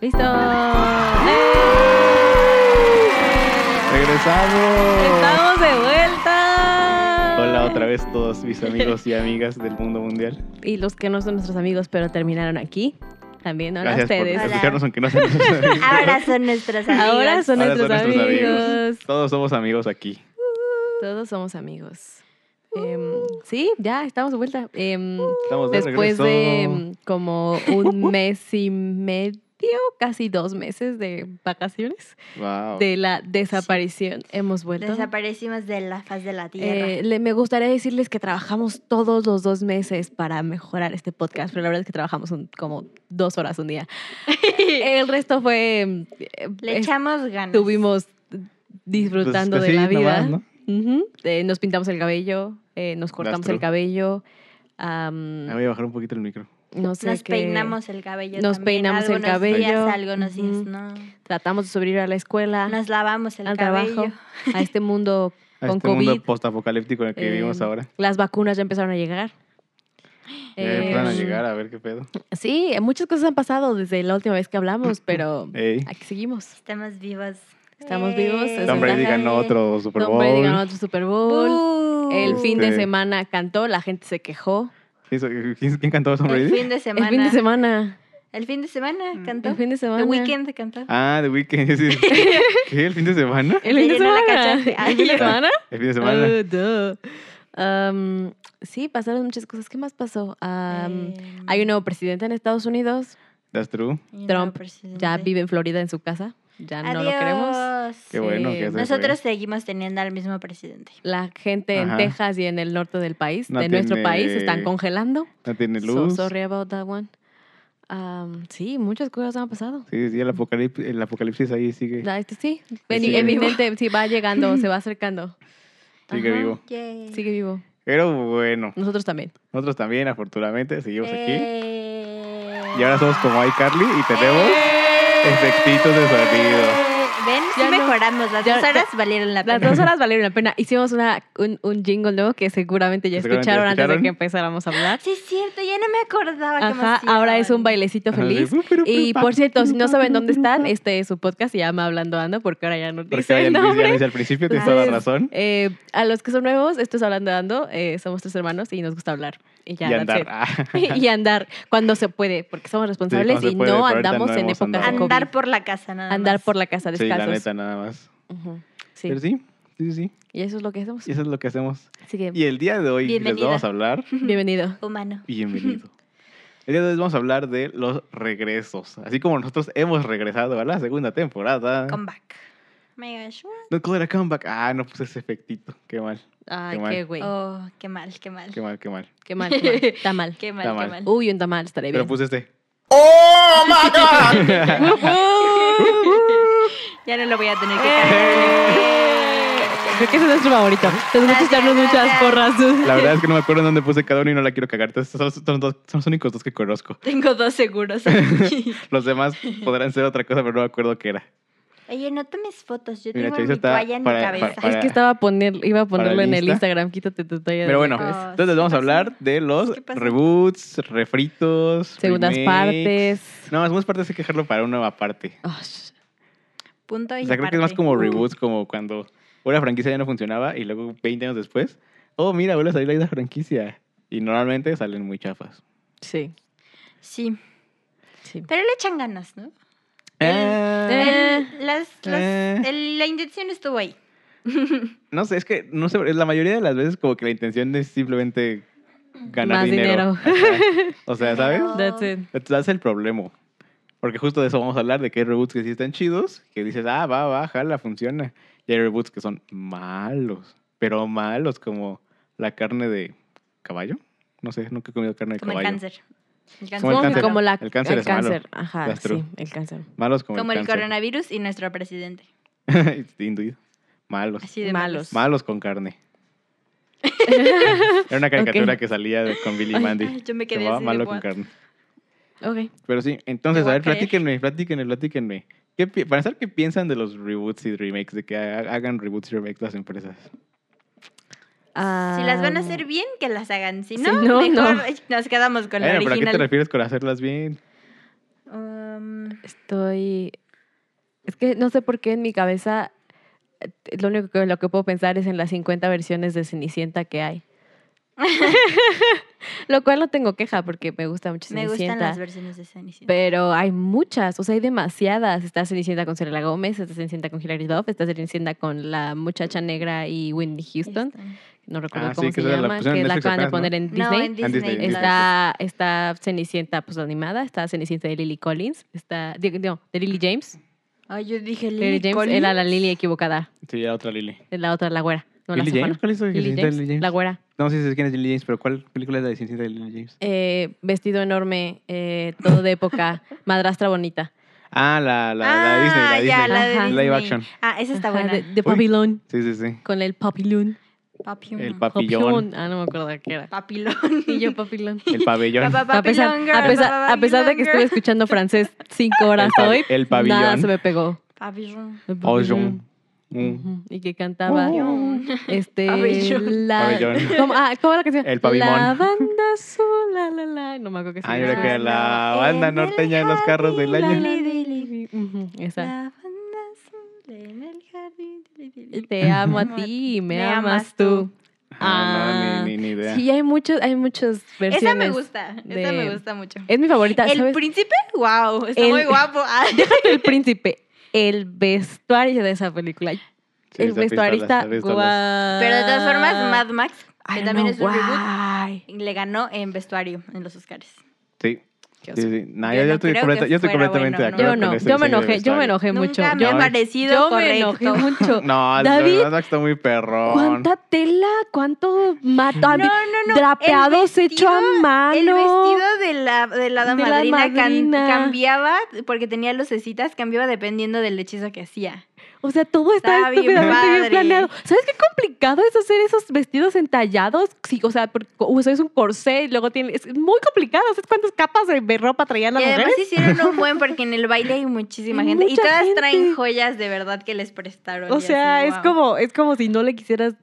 Listo. ¡Eh! Regresamos. Estamos de vuelta. Hola otra vez todos mis amigos y amigas del mundo mundial. Y los que no son nuestros amigos, pero terminaron aquí. También, hola Gracias a por ustedes. Hola. escucharnos aunque no sean nuestros amigos. Ahora son nuestras amigas. Ahora son Ahora nuestros amigos. Todos somos amigos aquí. Todos somos amigos. Em, sí, ya estamos de vuelta. Em, Estamos de después regreso. de em, como un mes y medio, casi dos meses de vacaciones, Wow. de la desaparición, hemos vuelto. Desaparecimos de la faz de la tierra. Eh, le- me gustaría decirles que trabajamos todos los dos meses para mejorar este podcast, pero la verdad es que trabajamos un- como dos horas un día. El resto fue... em, eh, Le es- echamos ganas. estuvimos disfrutando Pues, de la así vida. nomás, Ujú. Eh, nos pintamos el cabello, eh, nos cortamos el true. cabello, am, Ah, voy a bajar un poquito el micro. no sé Nos qué. peinamos el cabello. Nos también, peinamos el algunos cabello. Días, algunos días, Ujú. no. Tratamos de sobrevivir a la escuela, Nos lavamos el al cabello. trabajo, a este mundo A con este COVID. mundo postapocalíptico en el que eh, vivimos ahora. Las vacunas ya empezaron a llegar. Ya empiezan a Em, llegar a ver qué pedo. Sí, eh, muchas cosas han pasado desde la última vez que hablamos, pero Ey. aquí seguimos. Estamos vivos. Estamos vivos, ¡Eh! es Tom Brady ventaja. ganó otro Super Tom Bowl. Brady ganó otro Super Bowl. ¡Bú! El fin de Este- semana cantó, la gente se quejó. Hizo- ¿Quién, quién cantó a Tom El Brady? fin de semana. El fin de semana. El fin de semana cantó. El fin de semana. The Weeknd cantó. Ah, The Weeknd. sí, sí. ¿Qué? ¿El fin de semana? El fin de Sí, no la semana. cachaste. ¿El fin de Ay. semana? El fin de Ah. semana. Oh, duh. Um, sí, pasaron muchas cosas. ¿Qué más pasó? Um, Eh, hay un nuevo presidente en Estados Unidos. That's true. y un nuevo Trump presidente. ya vive en Florida en su casa. Ya no lo queremos. Adiós. Qué bueno. que Sí. ya se fue. Nosotros seguimos teniendo al mismo presidente. La gente en Ajá. Texas y en el norte del país, No de nuestro tiene país, están congelando. No tiene So luz. sorry about that one. Um, sí, muchas cosas han pasado. Sí, sí, el apocalipsis, el apocalipsis ahí sigue, La- este sí, ven- Sigue vivo. evidente, sí, va llegando, se va acercando. sigue Ajá, vivo. Yay. Sigue vivo. Pero bueno, Nosotros también. nosotros también, afortunadamente, seguimos aquí. Eh. Y ahora somos como iCarly y tenemos Eh. efectitos de sonido. Ven, sí Ya no. mejoramos. Las Ya- dos horas valieron la Las pena. dos horas valieron la pena. Hicimos una, un, un jingle nuevo que seguramente ya Que seguramente escucharon, antes de escucharon. que empezáramos a hablar. Sí, es cierto, ya no me acordaba qué Ajá, emoción. ahora es un Ah, bailecito feliz. Uh, Y por cierto, si no saben dónde están, este su podcast se llama Hablando Ando, porque ahora ya no Porque dice ya el lo hice- ya lo nombre. hice al principio, tienes toda la Entonces, razón. Eh, a los que son nuevos, esto es Hablando Ando, eh, somos tres hermanos y nos gusta hablar. Y ya, y that's andar. it. Ah, y andar cuando se puede, porque somos responsables se y puede, no pero ahorita andamos no en hemos épocas de andado. COVID. Andar por la casa nada Andar más. por la casa sí, la descalzos. neta, nada más. Ujú, sí. Pero sí, sí, sí. Y eso es lo que hacemos. Y eso es lo que hacemos. Así que, Y el día de hoy les Bienvenida. vamos a hablar. bienvenido. Humano. Bienvenido. El día de hoy vamos a hablar de los regresos. Así como nosotros hemos regresado a la segunda temporada. Comeback. Oh my gosh. No call it a comeback. Ah, no puse ese efectito. Qué mal, Ay, Qué mal. qué güey. Oh, qué mal, qué mal. qué mal, qué mal. Qué mal, qué mal. Está mal. Qué mal, Está qué mal. mal. Uy, un tamal, estaré bien. Pero ah. puse este. Ya no lo voy a tener Eh. que Creo que ese es nuestro favorito. Nos gusta Gracias, echarnos muchas gracias. porras. La verdad es que no me acuerdo en dónde puse cada uno y no la quiero cagar. Entonces, Son, son dos- son los únicos dos que conozco. Tengo dos seguros. aquí. Los demás podrán ser otra cosa, pero no me acuerdo qué era. Oye, no tomes fotos. Yo Mira, tengo Chavisa mi está toalla en para- mi cabeza. para- Es que estaba a poner, iba a para ponerlo en el lista. Instagram. Quítate tu talla. Pero de bueno, la cabeza. entonces les vamos a ¿qué pasa? hablar de los ¿Qué pasa? reboots, refritos, Segundas remakes. partes. No, algunas partes hay que dejarlo para una nueva parte. Oh, sh- Punto y O sea, creo que es más aparte. como reboots, como cuando una franquicia ya no funcionaba y luego 20 años después, oh, mira, vuelve a salir la misma franquicia. Y normalmente salen muy chafas. sí, Sí, sí. pero le echan ganas, ¿no? Eh, Eh. El- las, las- Eh. el- la intención estuvo ahí. No sé, es que no sé, la mayoría de las veces como que la intención es simplemente ganar Más dinero. dinero. Ajá. O sea, ¿sabes? Pero- That's it. Entonces, ese es el problema. Porque justo de eso vamos a hablar, de que hay reboots que sí están chidos, que dices, ah, va, va, jala, funciona. Y hay reboots que son malos, pero malos, como la carne de caballo. No sé, nunca he comido carne de Como el caballo. cáncer. El cáncer. Como el cáncer. Como la, El cáncer es malo. Ajá, That's true. sí, el cáncer. Malos como, Como el, el cáncer. coronavirus y nuestro presidente. Induido. Malos. Así de Malos. Malos con carne. Era una caricatura que salía de- con Billy y Ay, Mandy. ay, yo me Se quedé llamaba así de Malo con what. carne. Ok. Pero sí, entonces, voy a a ver, creer. platíquenme, platíquenme, platíquenme. ¿Qué, pi- para empezar, ¿qué piensan de los reboots y remakes? De que ha- hagan reboots y remakes las empresas. Ah, Si las van a hacer bien, que las hagan. Si Si no, no, mejor no. nos quedamos con la Bueno, pero ¿a qué te original. refieres con hacerlas bien? Um, Estoy. Es que no sé por qué en mi cabeza eh, lo único que, lo que puedo pensar es en las 50 versiones de Cenicienta que hay. lo cual no tengo queja porque me gusta mucho me Cenicienta. gustan las versiones de Cenicienta. Pues Pero hay muchas, o sea, hay demasiadas. Está Cenicienta con Selena Gómez, está Cenicienta con Hilary Duff, está Cenicienta con la muchacha negra y Whitney Houston. No recuerdo Ah, sí, cómo que se esa la llama, pusieron en que la Netflix acaban de apenas, ¿no? poner en Disney. No, en Ah, En Disney. Disney, en la- Está, está Cenicienta pues animada, está Cenicienta de Lily Collins, está digo, no, de Lily James. Ay, yo dije Lily Lily James Collins. era la Lily equivocada, Sí, era otra Lily. es la otra la güera, no ¿Lily la James? James, ¿Cuál es la de Lily Cenicienta de James, Lily James? la güera. No sé si quién es Lily James, pero ¿cuál película es la de Cenicienta de Lily James? Eh, vestido enorme, eh, todo de época, madrastra bonita. Ah, la, la, la de Disney, la Ah, Disney. ya, la de Ajá. Disney. Live action. Ah, esa está Ajá, buena. De, de Uy. papilón, Sí, sí, sí. con el papilón. Papillon. El papillón. Ah, no me acuerdo qué era. Papilón. Y yo papilón. El pabellón. Papá- A pesar, Papillon a girl, pesar, a pesar de que estuve papillon escuchando francés cinco horas El pa- hoy, el nada pabellón. se me pegó. Papillon. El Pabellón. Oh, Mm. Ujú, Y que cantaba Mm. este Pabellón. la Pabellón. ¿Cómo, ah, ¿cómo era la canción? El pabimón. La banda azul, la la la. No me acuerdo qué se Ah, yo llama. creo que era la banda norteña de los carros del La, año. la, la, la. Ujú, Esa. La banda azul en el jardín. Dili, dili. Te amo a ti y me, amas tú. Ah, no, Ah, ni, ni idea. Sí, hay muchos, hay muchas versiones. Esa me gusta. de- Esa me gusta mucho. Es mi favorita, ¿El ¿sabes? príncipe? ¡Wow! Está El- muy guapo. Ah, Déjate el príncipe. El vestuario de esa película. Sí, el esa pistola, vestuarista. esa pistola. guau. Pero de todas formas, Ah. Mad Max, I que don't también know es un reboot, why. le ganó en vestuario en los Oscars. Sí. Qué Sí, oso. sí. Nah, Yo yo, yo no estoy, creo completa- que yo estoy fuera completamente bueno, de acuerdo. Yo con no, ese yo me diseño de enojé, yo me vestuario. enojé mucho. Nunca me yo ha No. parecido yo me correcto. enojé mucho. No, David, la verdad está muy perrón. ¿Cuánta tela? ¿Cuánto No, mata? no, no. Drapeados El hecho a vestido- mano. El vestido de la, de la hada De la madrina, can- madrina. cambiaba, porque tenía lucecitas, cambiaba dependiendo del hechizo que hacía. O sea, todo está, Está bien estúpidamente bien padre. planeado. ¿Sabes qué complicado es hacer esos vestidos entallados? Sí, o sea, porque, o sea, es un corsé y luego tiene. Es muy complicado. ¿Sabes cuántas capas de de ropa traían las y además mujeres? hicieron un buen porque en el baile hay muchísima Hay gente. Y mucha todas traen gente. joyas de verdad que les prestaron. O y sea, así, es wow. como, es como si no le quisieras,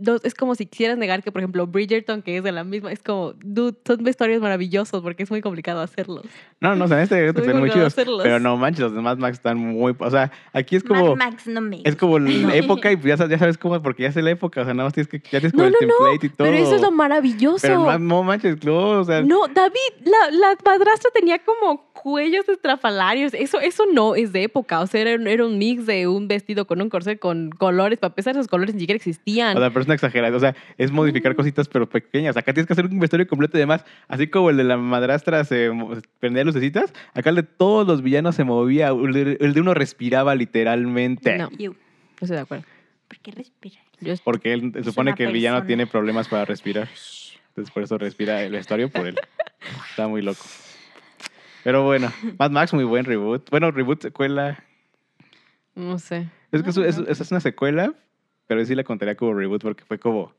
no, es como si quisieras negar que, por ejemplo, Bridgerton, que es de la misma, es como, dude, son vestuarios maravillosos porque es muy complicado hacerlos. No, no, o sea, en este Soy están muy colgado chidos. hacerlos. Pero no manches, los de Mad Max están muy. O sea, aquí es como. Mad Max no me. Es como No. la época y ya, sa- ya sabes cómo, porque ya es la época. O sea, nada más tienes que. Ya tienes No, como el no, no, template y todo. Pero eso es lo maravilloso. Pero ma- no manches, no, o sea. No, David, la, la madrastra tenía como cuellos estrafalarios. Eso, eso no es de época. O sea, era, un- era un mix de un vestido con un corset con colores. Para empezar, esos colores ni siquiera existían. O sea, pero es una exagerada. O sea, es Mm. modificar cositas, pero pequeñas. Acá tienes que hacer un vestuario completo y demás. Así como el de la madrastra se mo- prendía lucecitas, acá el de todos los villanos se movía. El de, el de uno respiraba literalmente. No. Ew, No estoy de acuerdo. ¿Por qué respira? Yo- Porque él se Es supone una que el villano persona. tiene problemas para respirar. Entonces por eso respira el vestuario por él. Está muy loco. Pero bueno, Mad Max, muy buen reboot. Bueno, reboot, secuela. no sé. Es que es, No, es- no. esa es una secuela, pero sí la contaría como reboot porque fue como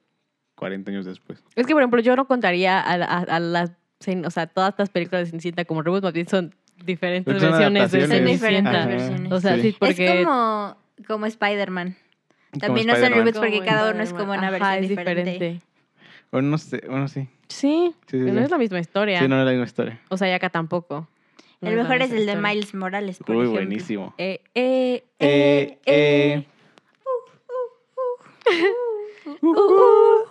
40 años después. Es que, por ejemplo, yo no contaría a, la- a, a las, cen- o sea, todas estas películas de Cenicienta como reboot, más bien son diferentes Creo que son versiones de adaptaciones. Son diferentes Cenicienta. Ajá, versiones. O sea, sí, porque... Es como, como Spider-Man. Como También no son Spider-Man. reboots. Pues porque cada uno es como una Ajá, versión es diferente. Bueno, no sé, bueno, sí. Sí, Sí, sí, pero no sí. es la misma historia. Sí, no era la misma historia. O sea, y acá tampoco. No El la mejor es misma el de historia. Miles Morales. Por Muy ejemplo. buenísimo. Eh, eh, Eh, eh. uh, uh, uh,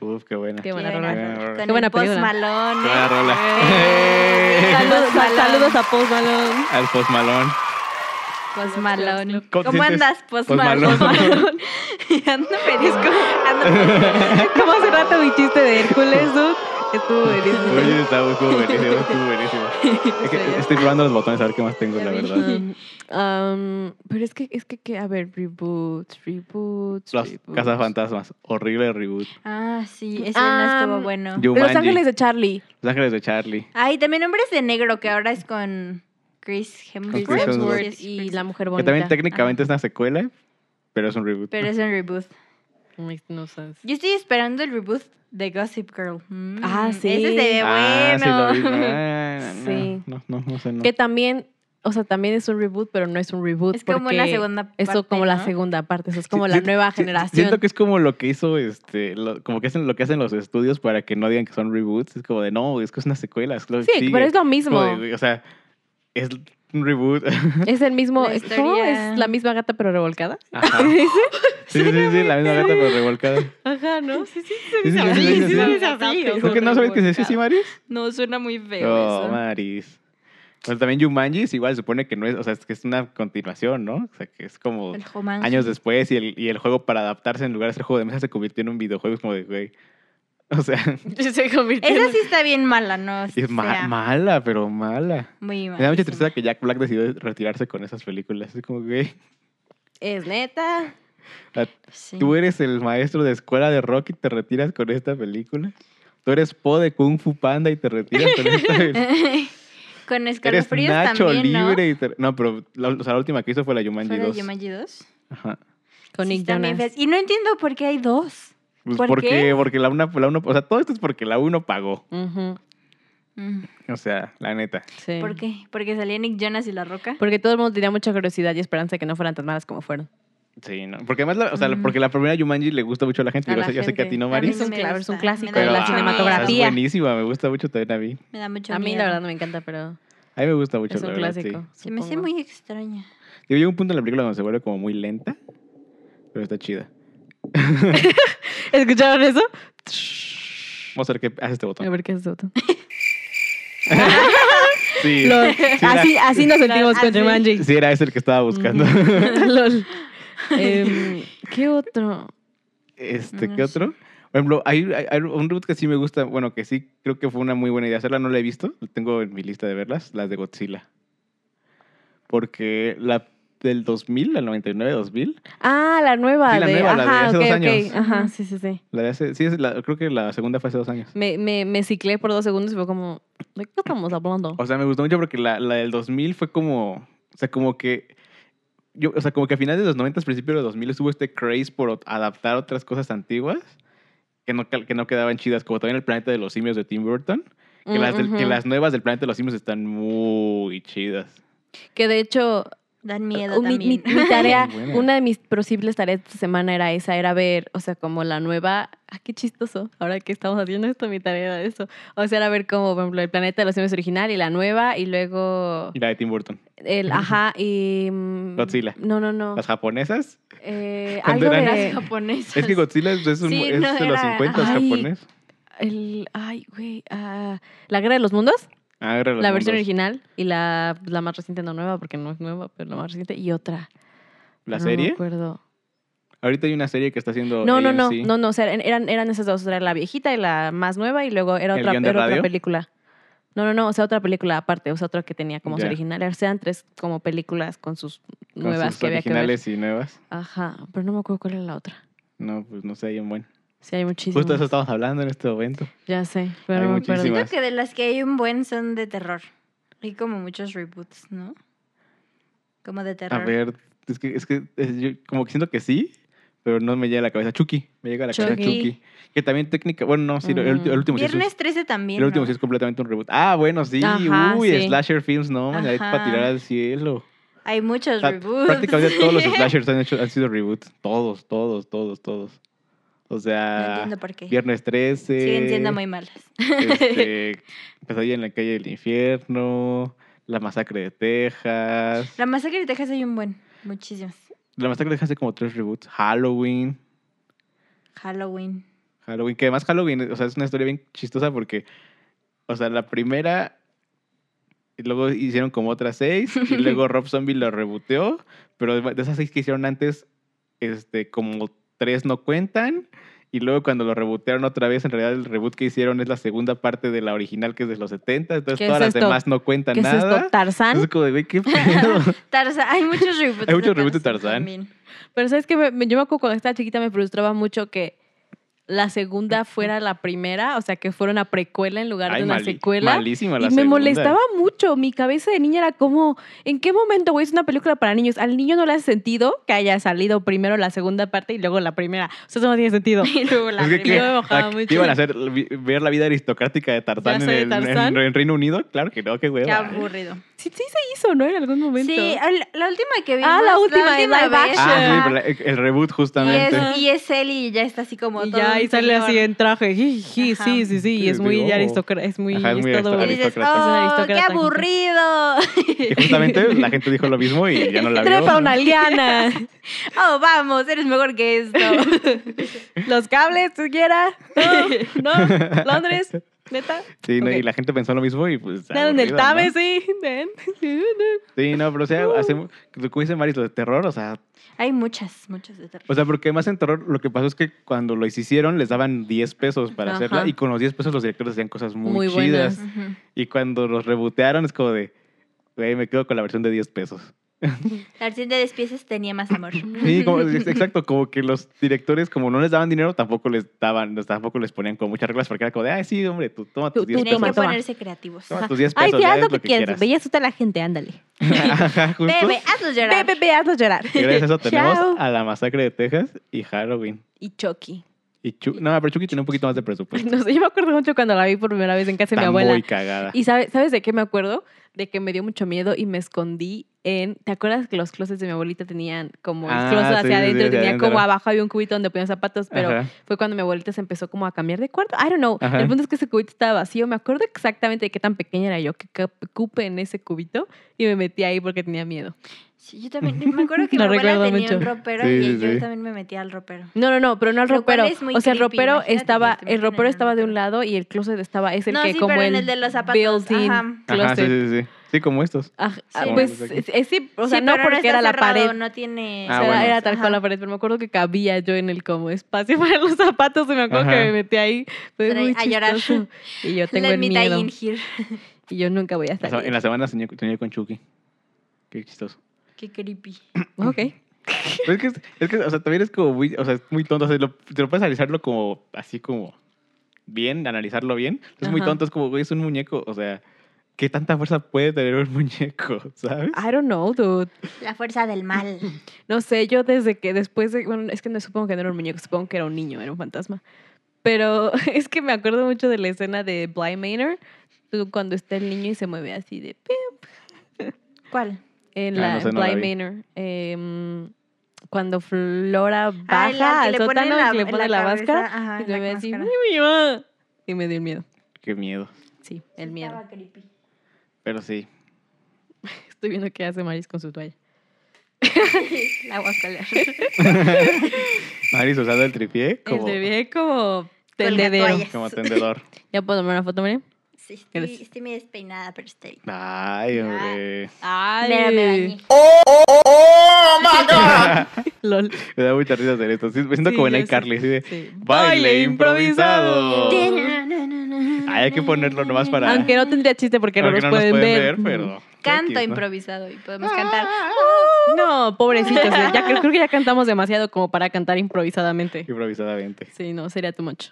uh. Uf, qué buena. Qué Qué buena buena, rola. rola. rola. Qué Con buena el Post película. Qué Malone. buena rola. Eh. Saludos, Post Malone. saludos a Post Malone. Al Post Malone. Post Malone. ¿Cómo Pues ¿Cómo, te sientes? andas, Post Post Malone? Malone. ando feliz como... Ando feliz. Como hace rato mi chiste de Hércules, dude. Estuvo Oye, buenísimo. está estuvo buenísimo, estuvo buenísimo. Es que estoy probando los botones a ver qué más tengo, la verdad. Um, um, pero es que, es que, que, a ver, reboots, reboots. Los reboots. pues. Cazafantasmas, horrible reboot. Ah, sí, ese Ah, no estuvo bueno. Yo- Los Jumanji. Ángeles de Charlie. Los Ángeles de Charlie. Ay, también Hombres de Negro, que ahora es con Chris Chris Hemsworth. Hemsworth. Sí, es y Chris- la mujer Que bonita. también técnicamente es una secuela, pero es un reboot. Pero es un reboot. No sé. Yo estoy esperando el reboot de Gossip Girl. Mm, Ah, sí. Ese se ve Ah, sí, bueno. lo vi. Ah, Sí. No, no, no, no sé. No. Que también, o sea, también es un reboot, pero no es un reboot. Es como la porque segunda parte. Eso como la ¿no? segunda parte, eso es como Sí, la siento- nueva sí, generación. Siento que es como lo que hizo, este, lo- como que hacen lo que hacen los estudios para que no digan que son reboots. Es como de no, es que es una secuela. Es lo que sí, sigue". pero es lo mismo. Como de, güey, o sea, es un reboot. Es el mismo. La ¿Cómo historia- es la misma gata pero revolcada? Ajá. Sí, sí, sí, la misma gata pero revolcada. Ajá, ¿no? Sí, sí, Sí, sí, sí, sí, sí, sí, sí. sí, sí, sí. ¿Por qué no sabes que se dice así, Maris? No, suena muy feo Oh, eso. Maris. Pero también Jumanji es igual, supone que no es, o sea, es que es una continuación, ¿no? O sea, que es como El Jumanji. años después y el, y el juego para adaptarse en lugar de ser juego de mesa se convirtió en un videojuego. Es como de, güey. O sea, Se convirtió en- Esa sí está bien mala, ¿no? es ma- Sea mala, pero mala. Me Muy da mucha malísima. tristeza que Jack Black decidió retirarse con esas películas. Es como, güey, Es neta. Sí. Ah, tú eres el maestro de escuela de rock y te retiras con esta película. Tú eres Po de Kung Fu Panda y te retiras con esta película. Con Eres escalofríos Nacho también, ¿no? Libre y te... No, pero la, o sea, la última que hizo fue la Jumanji Fuera de 2. Jumanji 2. Ajá. Con Sí, Nick están bien Jonas. feas. Y no entiendo por qué hay dos. Pues ¿Por porque, qué? porque la una, la uno, o sea, todo esto es porque la uno pagó. Ujú, Mm, O sea, la neta. sí. ¿Por qué? Porque salía Nick Jonas y La Roca. Porque todo el mundo tenía mucha curiosidad y esperanza de que no fueran tan malas como fueron. Sí, ¿no? Porque además, la, o sea, Ujú. porque la primera Jumanji le gusta mucho a la gente. A Digo, la o sea, yo sé que a ti no, gente. A mí Maris. Es un, me cla- es gusta, un clásico me de da la ah, mucho Es cinematografía. buenísima, me gusta mucho también a mí. Me da mucho A mí miedo. la verdad no me encanta, pero A mí me gusta mucho, es un la verdad, sí. clásico. Se me hace supongo. muy extraña. Digo, llega un punto en la película donde se vuelve como muy lenta, pero está chida. ¿Escucharon eso? Vamos a ver qué hace este A botón. ver qué es eso. Sí, Lol. sí era- así, así nos sentimos con Así. Jumanji. sí era ese el que estaba buscando. Ujú. Lol. Em, ¿Qué otro? Este, No ¿qué sé. otro? Por ejemplo, hay, hay- hay un reboot que sí me gusta, bueno, que sí creo que fue una muy buena idea hacerla, no la he visto, la tengo en mi lista de verlas, las de Godzilla. Porque la del 2000, al 99, 2000, Ah, la nueva. Sí, la de, nueva, la de ajá, hace ok, dos ok. años. Ajá, sí, sí, sí. la de hace, sí, es la- creo que la segunda fue hace dos años. Me, me, me ciclé por dos segundos y fue como, ¿de qué estamos hablando? O sea, me gustó mucho porque la, la del 2000 fue como. O sea, como que. Yo, o sea, como que a finales de los 90, principios de los 2000 estuvo este craze por ot- adaptar otras cosas antiguas que no, cal- que no quedaban chidas, como también el planeta de los simios de Tim Burton. Que, Mm, las, del- que ujú. las nuevas del planeta de los simios están muy chidas. Que de hecho, Dan miedo un- mi, mi- también. mi tarea, Muy buena. una de mis posibles tareas esta semana era esa, era ver, o sea, como la nueva, ah, qué chistoso, ahora que estamos haciendo esto, mi tarea era eso. O sea, era ver como, por ejemplo, el planeta de los simios original y la nueva, y luego Y la de Tim Burton. el, ajá, y... mm, Godzilla. No, no, no. Las japonesas. Eh, cuando algo eran- de... Las japonesas. Es que Godzilla es, es un- Sí, es no, de los era- 50 ay. japonés. el- ay, güey, ah, la guerra de los mundos. Ah, era los La versión mundos. original y la, la más reciente, no nueva, porque no es nueva, pero la más reciente y otra. La No Me serie. Oh, acuerdo. Ahorita hay una serie que está haciendo. pues. No, no, no, AMC. no, no, o sea, eran, eran esas dos, era la viejita y la más nueva y luego era ¿El otra, guión de era otra radio? película. No, no, no, o sea, otra película aparte, o sea, otra que tenía como su Ya. original. O sea, eran tres como películas con sus Con nuevas sus que había que ver. originales y nuevas. Ajá, pero no me acuerdo cuál era la otra. No, pues no sé, bien bueno. Sí, hay muchísimas. Justo de eso estamos hablando en este momento. Ya sé, pero Hay no me acuerdo. muchísimas. Siento que de las que hay un buen son de terror. Hay como muchos reboots, ¿no? Como de terror. A ver, es que, es que es- yo como que siento que sí, pero no me llega a la cabeza. Chucky, me llega a la cabeza Chucky. Chucky. Que también técnica, bueno, no, sí, el, ulti- el último sí es- Mm. Viernes 13 también. el último ¿no? sí es completamente un reboot. Ah, bueno, sí, Ajá, uy, sí. slasher films, no, man, ahí para Ajá. tirar al cielo. Hay muchos O sea, reboots. prácticamente todos los slashers han, hecho, han sido reboots. Todos, todos, todos, todos. O No sea, entiendo por qué. Viernes 13. Siguen siendo muy malas. este, Pesadilla en la calle del infierno, La masacre de Texas. La masacre de Texas hay un buen. Muchísimas. La masacre dejaste como tres reboots. Halloween. Halloween. Halloween. Que además Halloween, o sea, es una historia bien chistosa porque, o sea, la primera. Y luego hicieron como otras seis. Y luego Rob Zombie lo reboteó. Pero de de esas seis que hicieron antes, este, como tres no cuentan. Y luego cuando lo rebotearon otra vez, en realidad el reboot que hicieron es la segunda parte de la original que es de los 70. Entonces ¿Qué es todas las esto? demás no cuentan ¿Qué es nada. esto? ¿Tarzán? Entonces, como de, güey, qué pedo. Tarzan. Hay muchos reboots. Hay muchos reboots de Tarzán. también. Pero sabes que yo me acuerdo cuando estaba chiquita me frustraba mucho que la segunda fuera la primera, o sea, que fuera una precuela en lugar Ay, de una mali- secuela. Malísima Y la me segunda. molestaba mucho. Mi cabeza de niña era como, ¿en qué momento, güey? Es una película para niños. Al niño no le hace sentido que haya salido primero la segunda parte y luego la primera. O sea, eso no tiene sentido. Y luego la Es Yo que, ¿qué? me primera. enojaba Ah, mucho. ¿qué iban a hacer? Vi- ¿Ver la vida aristocrática de Tarzán, Ya en, soy el, en- Tarzán. en Reino Unido? Claro que no, qué Qué hueva. Ah, aburrido. Sí, sí se hizo, ¿no? En algún momento. Sí, al- la última que vimos. Ah, la última de última live vez, action. Ah, sí, ajá, pero la- el, el reboot justamente. Ajá. Y es, y es él y ya está así como y todo. ya, un y sale así señor. en traje. ji, ji, Ajá. Sí, sí, sí. Y es Sí, muy digo, aristocrático. Es muy. ajá, es muy es todo- Y dices, Es oh, qué aristócrata. aburrido. Y justamente la gente dijo lo mismo y ya no la Trepa vio. una liana. oh, vamos, eres mejor que esto. Los cables, tú quieras. No, no. Londres, neta. Sí, no, Ok. y la gente pensó lo mismo y pues. Dieron el aburrido, tabe, ¿no? sí. Den. Sí, no, pero o Uh. sea, hacemos, como dice Maris, lo de terror, o sea, Hay muchas, muchas de terror. o sea, porque más en terror lo que pasó es que cuando lo hicieron les daban 10 pesos para Ajá. hacerla y con los 10 pesos los directores hacían cosas muy, Muy buenas. chidas. Ujú. Y cuando los rebotearon es como de, güey, me quedo con la versión de 10 pesos. La versión de 10 piezas tenía más amor. Sí, como, es- exacto, como que los directores, como no les daban dinero, tampoco les daban, tampoco les ponían con muchas reglas porque era como de, ay, sí, hombre, tú toma Tú- tus 10 Tienen pesos. toma, que toma. ponerse creativos. Toma tus 10 pesos, Ay, sí, ya haz haz lo que quieras. quieras. Ve y asusta a la gente, ándale. Ajá, justo. Bebe, hazlos Ve, llorar. ve, ve, hazlo llorar. Y gracias a eso tenemos Chao. a la masacre de Texas y Halloween. Y Chucky. Y Chu- no, pero Chucky tiene un poquito más de presupuesto. No sé, yo me acuerdo mucho cuando la vi por primera vez en casa de mi Pues Está abuela. muy cagada. ¿Y sabe- sabes de qué me acuerdo? De que me dio mucho miedo y me escondí en... ¿Te acuerdas que los closets de mi abuelita tenían como el Ah, closet sí, sí, hacia adentro sí, y tenía hacia adentro. como abajo había un cubito donde ponían zapatos? Pero Ajá. fue cuando mi abuelita se empezó como a cambiar de cuarto. I don't know. Ajá. El punto es que ese cubito estaba vacío. Me acuerdo exactamente de qué tan pequeña era yo, que cap- cupe en ese cubito y me metí ahí porque tenía miedo. Sí, yo también. Me acuerdo que Lo mi abuela recuerdo tenía mucho. un ropero Sí, y sí, yo sí. también me metía al ropero. No, no, no, pero no al Lo cual ropero. es muy O sea, el creepy, ropero imagínate que estaba, te el metan en ropero el estaba de un ropero. lado y el closet estaba, es el No, que sí, como pero el en el de los zapatos, built-in ajá. Ajá, sí, closet. sí, sí, sí. Sí, como estos. Ajá, Sí. ah, pues Como es, los sí, o sea, Sí, no pero porque está era la cerrado, pared. No tiene. O sea, Ah, era- bueno. Era tal cual la Ajá. pared, pero me acuerdo que cabía yo en el como espacio para los zapatos y me acuerdo que Ajá. me metí ahí. Fue Pero muy a llorar. chistoso. Y yo tengo Let el me die miedo. in here. Y yo nunca voy a La se- En salir. la semana soñé, soñé con Chucky. Qué chistoso. Qué creepy. Ok. Pero es que, es- es que, o sea, también es como muy, o sea, es muy tonto. O sea, lo- te lo puedes analizarlo como, así como, bien, analizarlo bien. Es muy Ajá. tonto, es como, güey, es un muñeco. O sea, ¿qué tanta fuerza puede tener un muñeco? ¿Sabes? I don't know, dude. La fuerza del mal. No sé, yo desde que después de. Bueno, es que no supongo que no era un muñeco, supongo que era un niño, era un fantasma. Pero es que me acuerdo mucho de la escena de Bly Manor, tú- cuando está el niño y se mueve así de. pi- ¿Cuál? En Ah, la no sé, en no la Bly vi. Manor. em, cuando Flora Ah, baja el al al que le ponen sótano y la- que le en pone la, cabeza, máscara. ajá, Y en la me ve así, máscara. "Ay, mi mamá". Y me dio miedo. Qué miedo. Sí, el Sí, miedo. estaba creepy. Pero sí. Estoy viendo qué hace Maris con su toalla. La voy a escalar. Maris usando el tripié El como, de bien como tendedero. toallas. como tendedor. ¿Ya puedo tomar una foto, María? Sí, estoy, Gracias. estoy medio despeinada, pero estoy bien. Ay, hombre. Ay, Pero me bañé. LOL. Me da mucha risa hacer esto. Sí, me siento Sí, como en ya iCarly. así de, Sí. Baile improvisado. Ay, Ay, hay que ponerlo nomás para- Aunque no tendría chiste porque no Aunque los pueden, ver. pero... Canto X, ¿no? Ah, improvisado y podemos cantar. Oh, No, pobrecitos. Ya, creo, creo que ya cantamos demasiado como para cantar improvisadamente. Improvisadamente. Sí, no, sería too much.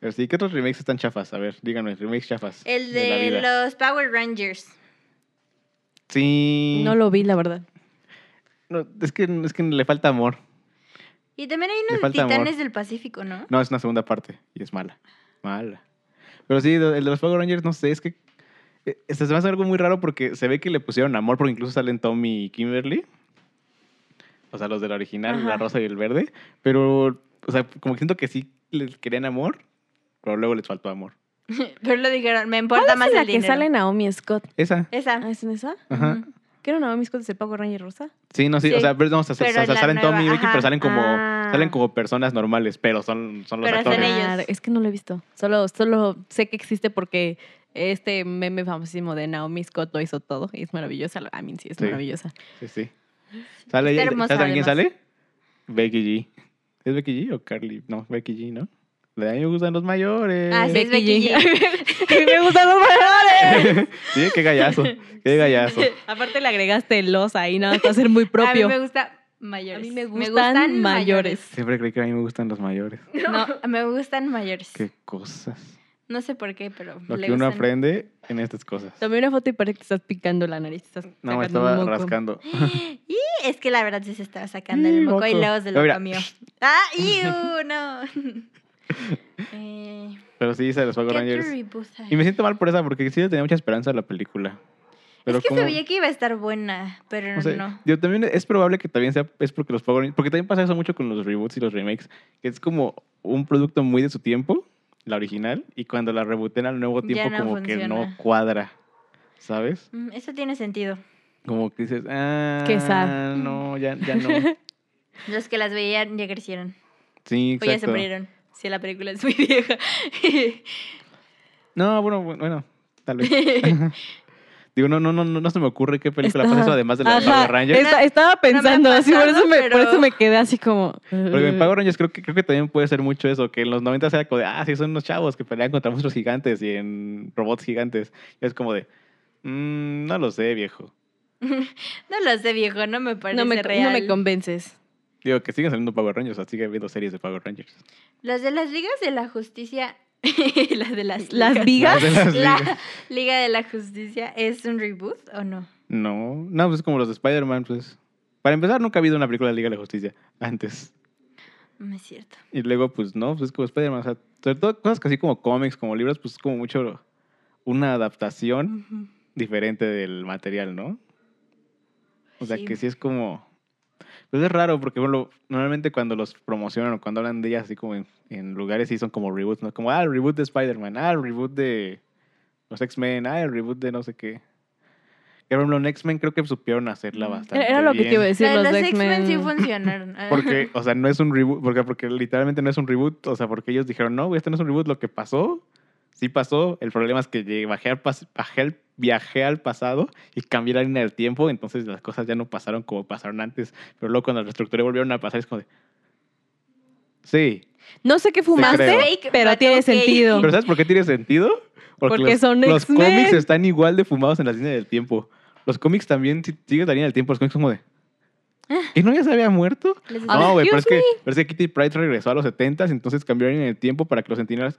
Pero sí, ¿qué otros remakes están chafas? A ver, díganme, remakes chafas. El la de vida. los Power Rangers. Sí. No lo vi, la verdad. No, es, que, es que le falta amor. Y también hay Le uno de falta amor. Titanes del Pacífico, ¿no? No, es una segunda parte y es mala. Mala. Pero sí, el de los Power Rangers, no sé, es que. eh, Se me hace algo muy raro porque se ve que le pusieron amor, porque incluso salen Tommy y Kimberly. O sea, los de la original, la Ajá. rosa y el verde. Pero, o sea, como que siento que sí les querían amor, pero luego les faltó amor. Pero lo dijeron, me ¿Cuál importa es más en la el que dinero. sale Naomi Scott? Esa. Esa. Ah, ¿es en esa? Ajá. Ujú. ¿Qué era Naomi Scott de Paco Ranger Rosa? Sí, no, sí, Sí. o sea, pero, no, o sea, Pero o sea, la salen Tommy y nueva, Vicky, pero ajá. salen como, Ah. salen como personas normales, pero son, son los Pero son actores. ellos. Claro, es que no lo he visto. Solo, solo sé que existe porque este meme famosísimo de Naomi Scott lo hizo todo. Y es maravillosa. A mí sí, es Sí. maravillosa. Sí, sí. Sale Está ella- hermosa, ¿Sabes también quién además. sale? Becky G. ¿Es Becky G o Carly? No, Becky G, ¿no? Le a mí me gustan los mayores. Ah, sí, es Becky G. A mí me gustan los mejores. sí, qué gallazo. Qué gallazo. Aparte le agregaste los ahí, nada más para ser muy A mí propio. me gusta Mayores. A mí me gustan mayores. Siempre creí que a mí me gustan los mayores. mayores. No, me gustan mayores. Qué cosas. No sé por qué, pero. Lo le que uno gustan. aprende en estas cosas. Tomé una foto y parece que te estás picando la nariz. Estás No, me sacando un estaba moco. rascando. Y es que la verdad sí se estaba sacando Y el moco, y Mm, moco. luego se lo Mira. comió. ¡Ah! ¡Iu! ¡No! eh, Pero sí, hice los Power ¿qué Rangers. otro reboot hay? Y me siento mal por esa, porque sí le tenía mucha esperanza a la película. Pero es que como- sabía que iba a estar buena, pero no sé, no. Yo también es probable que también sea, es porque los Power Rangers- porque también pasa eso mucho con los reboots y los remakes, que es como un producto muy de su tiempo, la original, y cuando la rebooten al nuevo Ya tiempo no como que no funciona. cuadra, ¿sabes? Mm, Eso tiene sentido. Como que dices, ah, Qué sad. no, ya, ya no. Los que las veían ya crecieron. Sí, O ya se exacto. murieron. Si la película es muy vieja. No, bueno, bu- bueno, tal vez. Digo, no, no, no, no no se me ocurre qué película pasa eso Estaba- además de la de Ajá, Power Rangers. esta- estaba pensando, ha así, por, eso pasado, me, por pero- eso me quedé así como. Porque en "Ugh". Power Rangers creo que, creo que también puede ser mucho eso, que en los 90 era como de, ah, sí, son unos chavos que pelean contra monstruos gigantes y en robots gigantes. Y es como de, "Mm, no lo sé, viejo. no lo sé, viejo, no me parece no, me, no real. me convences. Digo, que siguen saliendo Power Rangers, así que viendo series de Power Rangers. Las de las ligas de la justicia. las de las Las ligas. vigas. Las de las ligas. La Liga de la Justicia es un reboot o no? No, no, pues como los de Spider-Man, pues. Para empezar, nunca ha habido una película de Liga de la Justicia antes. No es cierto. Y luego, pues no, pues es como Spider-Man. O sea, sobre todo cosas que así como cómics, como libros, pues es como mucho una adaptación Ujú. diferente del material, ¿no? O sea, Sí. que sí es como... Pues es raro porque, bueno, normalmente cuando los promocionan o cuando hablan de ellas así como en, en lugares sí son como reboots, ¿no? Como, ah, el reboot de Spider-Man, ah, el reboot de los X-Men, ah, el reboot de no sé qué. Que, por ejemplo, en X-Men creo que supieron hacerla Ujú. bastante Mm. Era lo que te iba a bien. decir, Pero los, los de X-Men X-Men. sí funcionaron. Ah. Porque, o sea, no es un reboot, porque, porque literalmente no es un reboot, o sea, porque ellos dijeron, no, güey, este no es un reboot, lo que pasó, sí pasó, el problema es que llegué- bajé al, pas- bajé al- viajé al pasado y cambié la línea del tiempo, entonces las cosas ya no pasaron como pasaron antes, pero luego cuando lo reestructuré volvieron a pasar, es como de... Sí, No sé qué creo. fumaste, Fake, pero but tiene ok. sentido. pero ¿sabes por qué tiene sentido? Porque los, son los X-Men. cómics están igual de fumados en la línea del tiempo. Los cómics también si- siguen la línea del tiempo, los cómics son como de... Ah. ¿Y no ya se había muerto? Les- A ver, No, güey, pero es, excuse que, pero es que Kitty Pride regresó a los 70 entonces cambiaron en el tiempo para que los centinelas.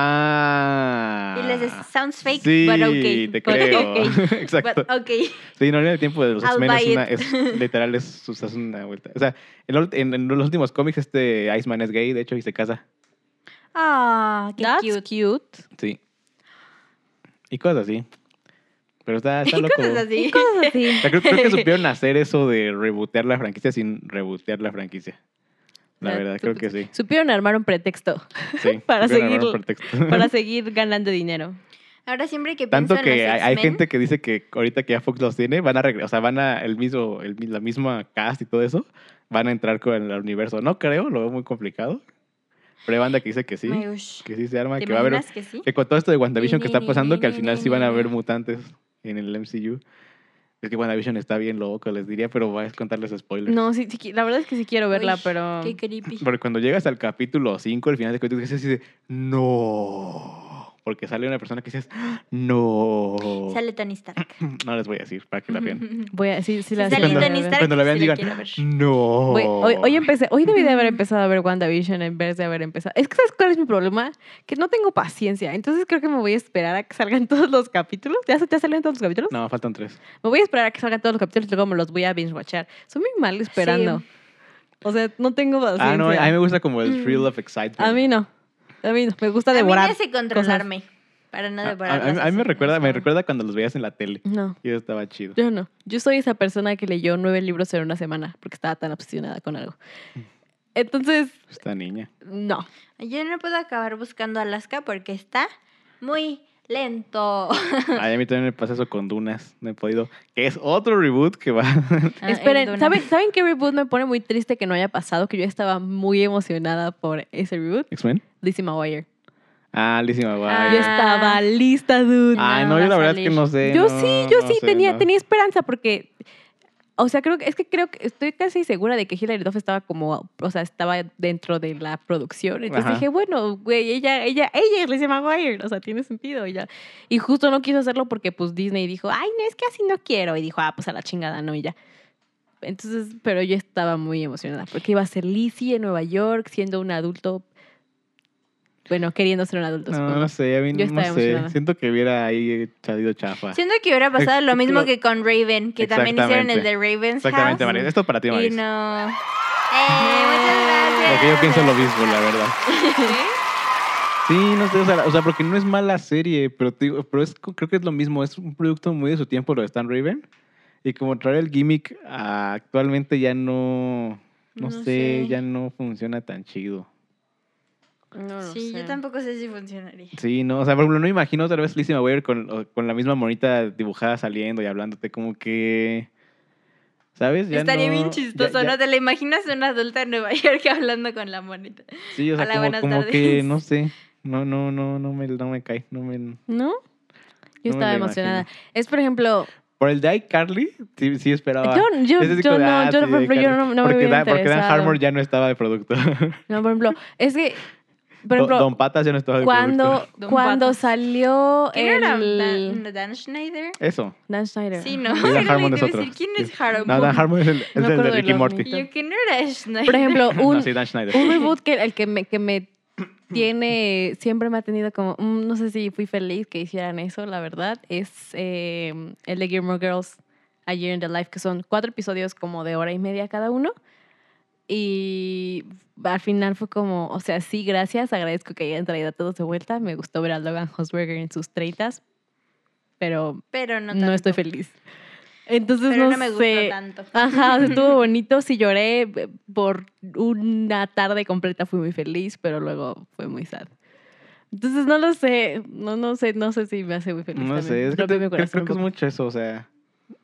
Ah. Y les des- sounds fake, Sí, but okay. te but creo. okay, Exacto. but okay. Sí, no, en el tiempo de los I'll X-Men es buy una. it. es- literal, es, o sea, es una vuelta. O sea, en, lo- en- en los últimos cómics, este Iceman es gay, de hecho, y se casa. Ah, qué That's cute. cute. Sí. Y cosas así. Pero está, está loco. Cosas así. Cosas así. O sea, creo, creo que supieron hacer eso de rebotear la franquicia sin rebotear la franquicia. La verdad, creo que sí. Supieron armar un pretexto Sí, Para supieron armar un seguirlo. pretexto. para seguir ganando dinero. Ahora siempre que Tanto pienso en que los hay, hay X-Men, gente que dice que ahorita que ya Fox los tiene, van a regresar, o sea, van a el mismo, el mi- la misma cast y todo eso, van a entrar con el universo. No creo, lo veo muy complicado. Pero hay banda que dice que sí, my gosh. que sí se arma, ¿Te que va a haber, imaginas que sí? que con todo esto de WandaVision Ni, que ni, está ni, pasando, ni, que al ni, final ni, sí van a ni. haber mutantes en el MCU. Es que WandaVision está bien loco, les diría, pero voy a contarles spoilers. No, sí, sí qui- la verdad es que sí quiero verla, Uy, pero. Qué creepy. Porque cuando llegas al capítulo 5, al final de cuentas, dices así de, no. Porque sale una persona que dices, no. Sale Tony Stark. No les voy a decir para que la vean. Voy a. Sí, sí, Si la sale sí la voy a Tony ver. Stark, Cuando la vean, sí digan, "Mm". quiero ver. No. Güey, hoy, hoy Oh. empecé, hoy debí de haber empezado a ver WandaVision en vez de haber empezado. Es que ¿sabes cuál es mi problema? Que no tengo paciencia. Entonces creo que me voy a esperar a que salgan todos los capítulos. ¿Ya, sa- ya salieron todos los capítulos? No, faltan tres. Me voy a esperar a que salgan todos los capítulos y luego me los voy a binge-watchar. Soy muy mal esperando. O sea, no tengo paciencia. Ah, no, a mí me gusta como el Mm. thrill of excitement. A mí no. A mí no. Me gusta A mí me devorar. hace controlarme para no A- Ah, a- devorar. a- a mí las me escenas, recuerda, me ¿no? recuerda cuando los veías en la tele. No, Y eso estaba chido. yo no. Yo soy esa persona que leyó nueve libros en una semana porque estaba tan obsesionada con algo. Mm. Entonces, Esta niña. no. Yo no puedo acabar buscando Alaska porque está muy lento. Ay, a mí también me pasa eso con Dunas. No he podido. Que es otro reboot que va. Ah, el Esperen, Duna. ¿saben, ¿saben qué reboot me pone muy triste que no haya pasado? Que yo estaba muy emocionada por ese reboot. ¿X-Men? Lizzie McGuire. Ah, Lizzie McGuire. Ah, Yo estaba lista, dude. Ay, no no, yo va la a verdad es que salir. no sé. yo no, sí, yo no sí sé, tenía, no. tenía esperanza porque, o sea, creo que, es que creo que estoy casi segura de que Hilary Duff estaba como, o sea, estaba dentro de la producción. Entonces Ajá. dije, bueno, güey, ella, ella, ella es Lizzie McGuire, o sea, tiene sentido. Ella. Y justo no quiso hacerlo porque pues Disney dijo, ay, no, es que así no quiero. Y dijo, ah, pues a la chingada, no, y ya. Entonces, pero yo estaba muy emocionada porque iba a ser Lizzie en Nueva York siendo un adulto. Bueno, queriendo ser un adulto. pues, No, supongo. no sé, a mí Yo no estaba sé. emocionada. Siento que hubiera ahí salido chafa. Siento que hubiera pasado lo mismo que con Raven, que también hicieron el Exactamente. de Raven's Exactamente, House. Maris. Esto para ti, ah, Y Maris. no. ¡Eh! Muchas gracias. Porque yo pienso lo mismo, la verdad. Sí, no sé, o sea, o sea, porque no es mala serie, pero, te digo, pero es, co- creo que es lo mismo, es un producto muy de su tiempo lo de Stan Raven. Y como traer el gimmick a- actualmente ya no, no, No sé, sé. ya no funciona tan chido. No lo Sí, sé. yo tampoco sé si funcionaría. Sí, no, o sea, por ejemplo, no me imagino otra vez Lizzie McGuire con, o- con la misma monita dibujada saliendo y hablándote como que, ¿sabes? Ya Estaría no- bien ya- chistoso, ya- ¿no? ¿Te la imaginas una adulta en Nueva York hablando con la monita? Sí, o sea, Hola, como, buenas como que, tardes. no sé, no, no, no, no me, no me cae, no me... ¿No? Yo No me estaba lo emocionada. imagino. Es, por ejemplo, Por el de iCarly, sí, sí esperaba. yo, yo, Ah, Ese sí yo como, ah, no, yo, sí, por ejemplo, yo iCarly. no, no me porque hubiera Dan, porque Dan interesado. Harmon ya no estaba de producto. No, por ejemplo, es que, por Don, ejemplo, Don Patas ya no estaba de cuando, producto. Don cuando Patas. salió ¿Quién era? el... ¿Dan, Dan Schneider? Eso. Dan Schneider. Sí, ¿no? Y Dan Era lo Harmon que es iba a otro. decir, ¿Quién Sí. es Harmon? No, Dan Harmon es el, es No el de acuerdo de Ricky los Morty. nombres. Y yo, ¿quién era Schneider? Por ejemplo, un, No, sí, Dan Schneider. un reboot que el que me, que me tiene, siempre me ha tenido como, mm, no sé si fui feliz que hicieran eso, la verdad, es eh, el de Gilmore Girls, A Year in the Life, que son cuatro episodios como de hora y media cada uno. Y al final fue como, o sea, sí, gracias, agradezco que hayan traído a todos de vuelta. Me gustó ver a Logan Hosberger en sus treitas, pero Pero no no, tanto. estoy feliz. Entonces Pero no, no, me gustó sé. tanto. Ajá, o sea, estuvo bonito, sí lloré eh, por una tarde completa, fui muy feliz, pero luego fue muy sad. Entonces no lo sé, no, no sé, no sé si me hace muy feliz. No también. sé, es que Rompe te- mi creo, corazón creo un que es poco. mucho eso, o sea,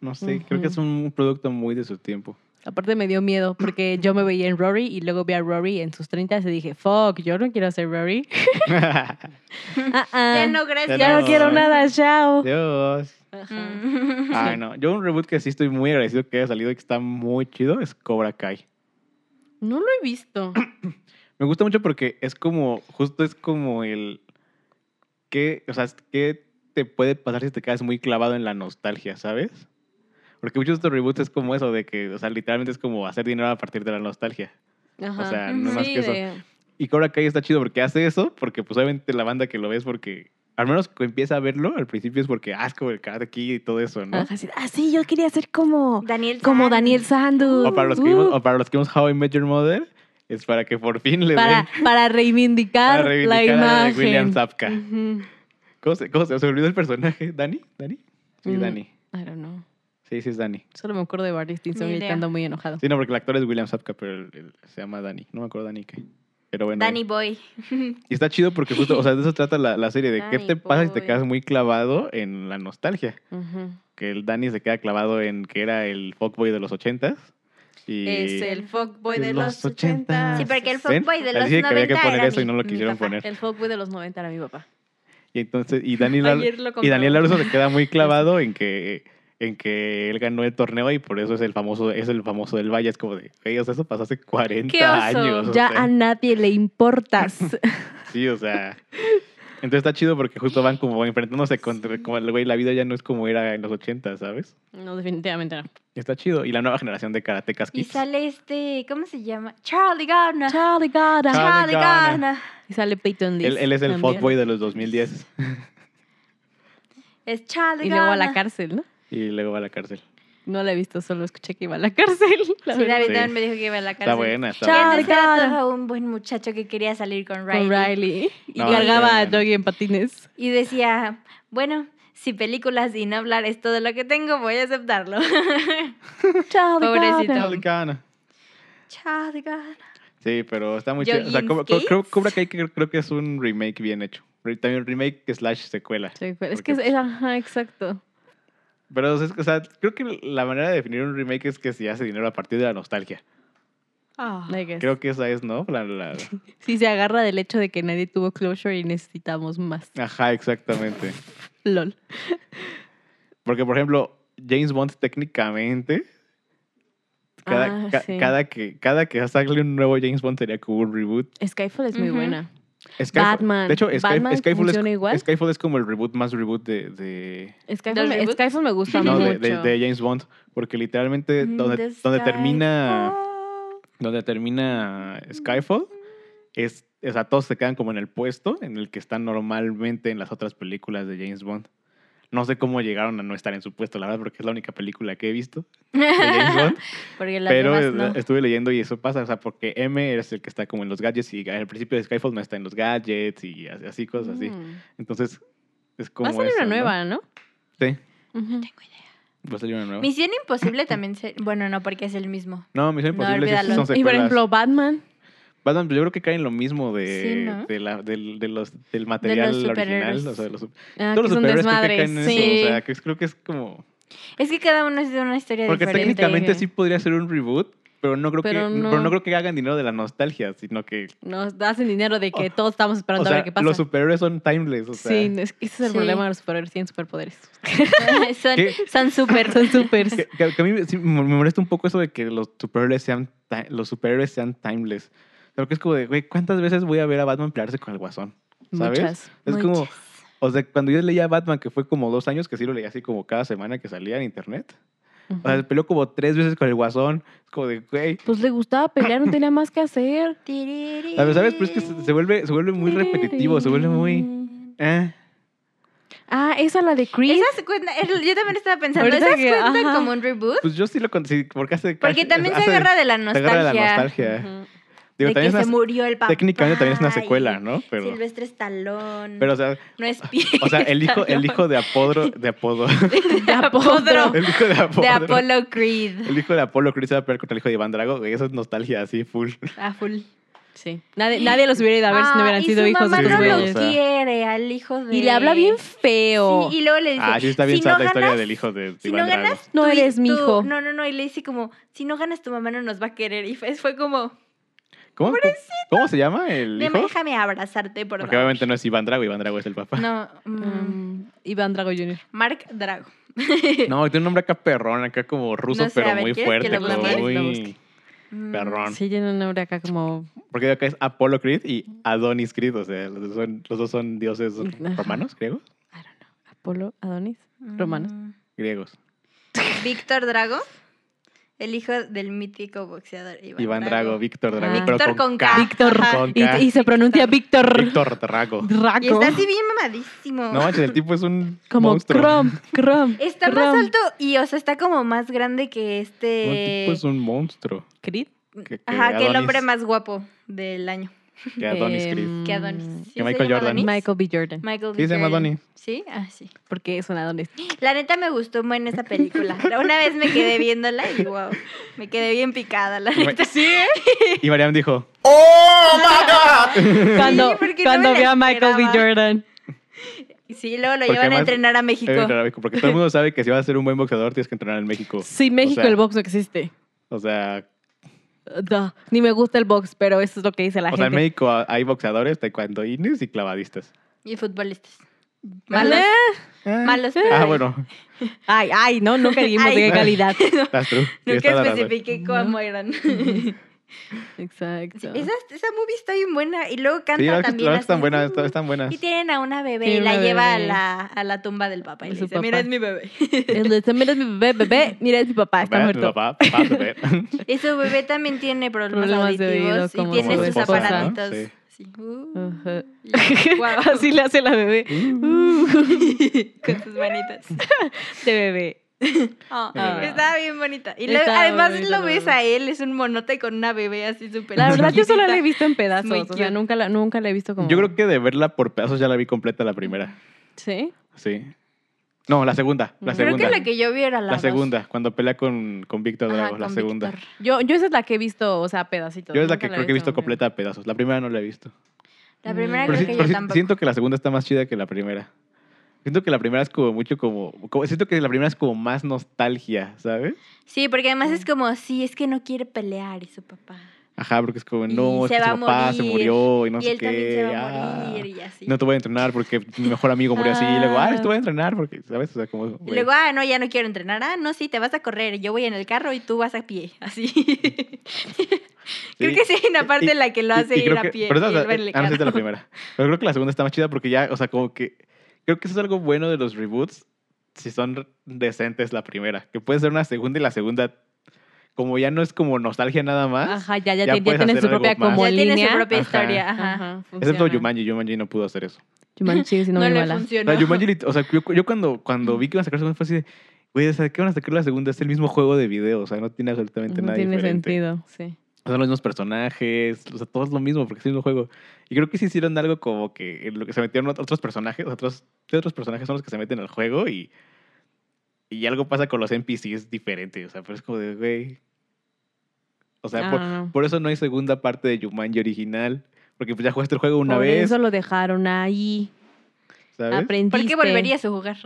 no sé, creo que es Ujú. un producto muy de su tiempo. Aparte me dio miedo porque yo me veía en Rory y luego vi a Rory en sus 30 y dije, fuck, yo no quiero ser Rory. Ah, ah, Ya Eh, no, gracias. ya no quiero nada, chao. Dios. Ajá. Mm. Ah. Ay, no. Yo un reboot que sí estoy muy agradecido que haya salido y que está muy chido es Cobra Kai. No lo he visto. Me gusta mucho porque es como, justo es como el. ¿Qué, o sea, qué te puede pasar si te quedas muy clavado en la nostalgia, sabes? Porque muchos de estos reboots es como eso, de que, o sea, literalmente es como hacer dinero a partir de la nostalgia. Ajá. sea, no más Sí, que eso. de- Y Cobra Kai está chido porque hace eso, porque pues obviamente la banda que lo ves porque. Al menos que empieza a verlo, al principio es porque asco el karate aquí y todo eso, ¿no? Ajá, sí. Ah, sí, yo quería ser como... Daniel Como San. Daniel Sandu. O para los que vimos, o para los que vimos How I Met Your Mother, es para que por fin le den para, para reivindicar, para reivindicar la a la de imagen. William Zapka. Ujú. ¿Cómo se, cómo se, se olvidó el personaje? ¿Dani? ¿Dani? Sí, Mm. Dani. I don't know. Sí, sí es Dani. Solo me acuerdo de Barney Stinson Ni idea. gritando muy enojado. Sí, no, porque el actor es William Sapka, pero el- el- se llama Dani. No me acuerdo Dani qué. Pero bueno. Danny él. Boy. Y está chido porque justo, o sea, de eso trata la, la serie, de qué Dani, te pasa si te pobre. quedas muy clavado en la nostalgia. Que el Dani se queda clavado en que era el fuckboy de los ochentas. Y... Es el fuckboy de de los los 80. 80. Sí, porque el ¿Ven? fuckboy de Les los 90 dije que había que poner era eso y mi- no lo mi quisieron papá. poner. El fuckboy de los 90 era mi papá. Y entonces, y Dani, Lar- Ayer lo y Daniel compramos. Laruso se queda muy clavado en que, en que él ganó el torneo y por eso es el famoso, es el famoso del Valle. Es como de, "Güey, o sea, eso pasó hace 40 ¡Qué oso! años. pues, o Ya sea, a nadie le importas. Sí, o sea. Entonces está chido porque justo van como enfrentándose contra, como el güey, la vida ya no es como era en los 80, ¿sabes? no, definitivamente no. Y Está chido. Y la nueva generación de karatecas Y kids. sale este, ¿cómo se llama? Charlie Gardner. Charlie Garda. Chao. Charlie Charlie Garner. Gardner. Y sale Peyton List. Ah. Él, él es el también. fuckboy de los 2010 Es Charlie Y luego a la Garner. cárcel, ¿no? y luego va a la cárcel. No la he visto, solo escuché que iba a la cárcel. la Sí, verdad. David Sí. también me dijo que iba a la cárcel. Está buena, está Chao. buena. Antes era Charlie. todo un buen muchacho que quería salir con Riley. Con Riley. Y No, cargaba a está- Doggy en patines. Y decía, bueno, si películas y no hablar es todo lo que tengo, voy a aceptarlo. Charlie Pobrecito. Garda. Charlie Garner. Charlie Gardner. Sí, pero está muy chido. O sea, Jogging Cobra, Cobra- Skates. Cobra Kai creo, creo que es un remake bien hecho. Re- También remake slash secuela. Sí, pero es Porque, que es, pues, es- ajá, exacto. Pero es que, o sea, creo que la manera de definir un remake es que si hace dinero a partir de la nostalgia. I guess. Creo que esa es, ¿no? La- la- Sí, se agarra del hecho de que nadie tuvo closure y necesitamos más. Ajá, exactamente. LOL. Porque, por ejemplo, James Bond técnicamente, cada, Ah, ca- sí. Ah, cada que cada que sale un nuevo James Bond sería como un reboot. Skyfall es muy Ujú. buena. Skyfall- Batman. De hecho, Sky- Batman Skyfall, funciona es, igual. Skyfall es como el reboot más reboot de, de- Skyfall, ¿Del me, reboot? Skyfall me gusta no, mucho. de- de- de James Bond. Porque literalmente Mm, donde, the donde sky termina fall. donde termina Skyfall es, o sea, todos se quedan como en el puesto en el que están normalmente en las otras películas de James Bond. No sé cómo llegaron a no estar en su puesto, la verdad, porque es la única película que he visto de James Bond. Porque las Pero demás es- no. estuve leyendo y eso pasa, o sea, porque M es el que está como en los gadgets y al principio de Skyfall no está en los gadgets y así, así, cosas así. Mm. Entonces, es como Va a salir eso, una ¿no? nueva, ¿no? Sí, Ujú. Tengo idea. va a salir una nueva. Misión Imposible también se... Bueno, no, porque es el mismo. No, Misión No, Imposible sí olvídalo. son Y por secuelas. ejemplo, Batman. Batman, yo creo que cae en lo mismo de, Sí, ¿no? de la- del, de los, del material superhéroes. original. O sea, de los, Ah, todos los que es un superhéroes creo que desmadre. caen en Sí. eso. O sea, que es- creo que es como... Es que cada uno es de una historia Porque diferente. técnicamente sí podría ser un reboot, pero no creo, Pero que, no. pero no creo que hagan dinero de la nostalgia, sino que... Nos hacen dinero de que O- todos estamos esperando oh. o sea, a ver qué pasa. los superhéroes son timeless. O sea, sí, no, es que ese es el Sí. problema de los superhéroes. Tienen superpoderes. son, ¿Qué? son súper... Son super. que, que- que a mí sí me me molesta un poco eso de que los superhéroes sean, ti- los superhéroes sean timeless. Creo que es como de, güey, ¿cuántas veces voy a ver a Batman pelearse con el guasón? ¿Sabes? Muchas. Es como, Muchas. o sea, cuando yo leía Batman, que fue como dos años, que sí lo leía así como cada semana que salía en internet. O sea, Ujú. peleó como tres veces con el guasón. Es como de, güey. Pues le gustaba pelear, no tenía más que hacer. Tiriri. ¿Sabes? ¿Sabes? Pero es que se se vuelve, se vuelve muy repetitivo, se vuelve muy. eh. Ah, esa la de Chris. Esa se cuenta- el- yo también estaba pensando, Ahorita ¿esas que- cuentan ajá. como un reboot? Pues yo sí lo con- sí, porque hace. Porque hace- también se Ah, hace- agarra de la se nostalgia. agarra de la nostalgia. Ujú. Digo, de que también es se una- murió el papá. técnicamente también es una y secuela, ¿no? Pero, Silvestre Stallone. pero o sea, no es Pierre o sea, el hijo, el Stallone. hijo de Apodro, de Apodo. De Apodro. El hijo de Apodro. De Apollo Creed. El hijo de Apolo Chris se va a pelear contra el hijo de Iván Drago. güey, Eso es nostalgia así, full. A full. Sí. Nadie, nadie los hubiera ido a ver Ah, si no hubieran sido hijos de mamá estos no lo güeyes. o sea. quiere al hijo de... Y le habla bien feo. Sí, y luego le dice, Ah, sí, está bien si sad la no ganas, historia del hijo de, de si Iván no Drago. ganas, No tú y- eres mi tú- hijo. No, no, no. Y le dice como, si no ganas, tu mamá no nos va a querer. Y fue, fue como, ¿Cómo, cómo- cómo se llama el "Nena, hijo? déjame abrazarte, por Porque favor". obviamente no es Iván Drago, Iván Drago es el papá. No, mm, Mm, Iván Drago Jr. Mark Drago. No, tiene un nombre acá perrón, acá como ruso, No sé, a pero ver, muy ¿quieres que fuerte, lo como busque? Lo muy busque. Mm, perrón. Sí, tiene un nombre acá como. Porque acá es Apolo Creed y Adonis Creed, o sea, los dos son, los dos son dioses Ajá. romanos, griegos, I don't know. Apolo, Adonis. mm. Romanos. griegos. Víctor Drago, el hijo del mítico boxeador Iván, Iván Drago, Víctor Drago, Ah. pero Víctor con K. Víctor. Ajá. Con Y, K. y se pronuncia Víctor. Víctor Drago. Y Draco. está así bien mamadísimo. No manches, el tipo es un Como monstruo. Crom, Crom. Está más alto y, o sea, está como más grande que No, el este... tipo es un monstruo. Creed. Que, que Ajá, que el Adonis- hombre más guapo del año. Que Adonis Creed. Em, Que Adonis. ¿Sí Mm, Que se Michael llama Jordan. Adonis? Michael B. Jordan. Michael B. Sí, se llama Jordan. Adonis. Sí, ah, sí. Porque es un Adonis. La neta me gustó en esa película. Una vez me quedé viéndola y wow, me quedé bien picada, la Y Ma- neta. Sí, Y Mariam dijo, Cuando, porque no cuando me la veo a Michael B. esperaba. Jordan. Sí, luego lo Porque llevan a además- entrenar a "Eh, México. entra a México", porque todo el mundo sabe que si vas a ser un buen boxeador tienes que entrenar en México. Sí, México, O sea, el box no existe. O sea, Duh. Ni me gusta el box, pero eso es lo que dice la o sea, en gente. México hay boxeadores, taekwondoines y clavadistas. Y futbolistas. ¿Vale? Malos, ¿Eh? malos. pero Ah, hay. bueno, Ay, ay, no, nunca dijimos de Ay. qué calidad. estás true. Sí, Nunca estás a la razón. especifiqué cómo eran. Sí, Exacto. esa, esa movie está bien buena y luego canta Sí, la verdad que- la verdad que también. están así. buenas, está- están buenas. Y tienen a una bebé Tiene y la una lleva a bebé. la, a la tumba del papá. Y De le su dice, mira, papá. es mi bebé. Él dice, mira es mi bebé, bebé, mira es mi papá, Ah, está Papá, muerto. papá, papá, bebé. Y su bebé también tiene problemas, Problemas de oído, auditivos como y tiene su sus esposa, ¿no? aparatitos. Sí. Sí. Uh, Ajá. y- guau, Así le hace la bebé. Uh, con sus manitas. de bebé. Oh, Ah. Está bien bonita. Y lo- Está además bonita lo la ves bebé. a él, es un monote con una bebé así súper La verdad, yo solo la he chiquitita. visto en pedazos. Muy O sea, cute. nunca la, nunca la he visto como. Yo creo que de verla por pedazos ya la vi completa la primera. Sí. Sí. No, la segunda. La Creo Creo segunda. que la que yo vi era la la dos. segunda, cuando pelea con, con Víctor Ajá, Drago, la con segunda. Víctor. Yo, yo esa es la que he visto, o sea, pedacitos. Yo es la nunca que creo que he visto completa. completa a pedazos. La primera no la he visto. La Ah, primera Mm. Pero, creo sí- sí- que pero yo sí- tampoco. siento que la segunda está más chida que la primera. Siento que la primera es como mucho como, como- Siento que la primera es como más nostalgia, ¿sabes? Sí, porque además es como, sí, es que no quiere pelear y su papá. Ajá, porque es como, Y no, es se que va su a papá se morir, murió y no y sé él qué. también se va ah, a morir y así. No te voy a entrenar porque mi mejor amigo murió así. Y luego, ah, Ah. te voy a entrenar porque, ¿sabes? O sea, como. Y güey. luego, ah, no, ya no quiero entrenar. Ah, no, sí, te vas a correr. Yo voy en el carro y tú vas a pie. Así. Creo que sí hay una parte Y- en la que lo hace y- y ir creo a que- pie. Pero esa- y él va en el ah, no, sí, esta es la carro. primera. Pero creo que la segunda está más chida porque ya, o sea, como que. Creo que eso es algo bueno de los reboots. Si son decentes la primera. Que puede ser una segunda y la segunda. Como ya no es como nostalgia nada más. Ajá, ya, ya, Ya tiene- ya puedes tienen hacer su propia algo más. como ya línea. tiene su propia Ajá. historia. Ajá. Ajá, Excepto funciona. Yumanji. Yumanji no pudo hacer eso. Yumanji sigue siendo No, muy le mala. No, funcionó. Jumanji lit- o sea, yo, yo cuando, cuando vi que iban a sacar la segunda fue así de, güey, ¿sabes qué van a sacar la segunda? Es el mismo juego de video, o sea, no tiene absolutamente No nada tiene diferente. sentido, sí. Son los mismos personajes, o sea, todo es lo mismo porque es el mismo juego. Y creo que sí hicieron algo como que en lo que se metieron ot- otros personajes, otros, ¿qué otros personajes son los que se meten al juego y, y algo pasa con los NPCs diferente, o sea, pero es como de, güey. O sea, por, Ah. por eso no hay segunda parte de Jumanji original, porque pues ya jugaste el juego una Por vez, eso lo dejaron ahí. ¿sabes? Aprendiste. ¿Por qué volverías a jugar?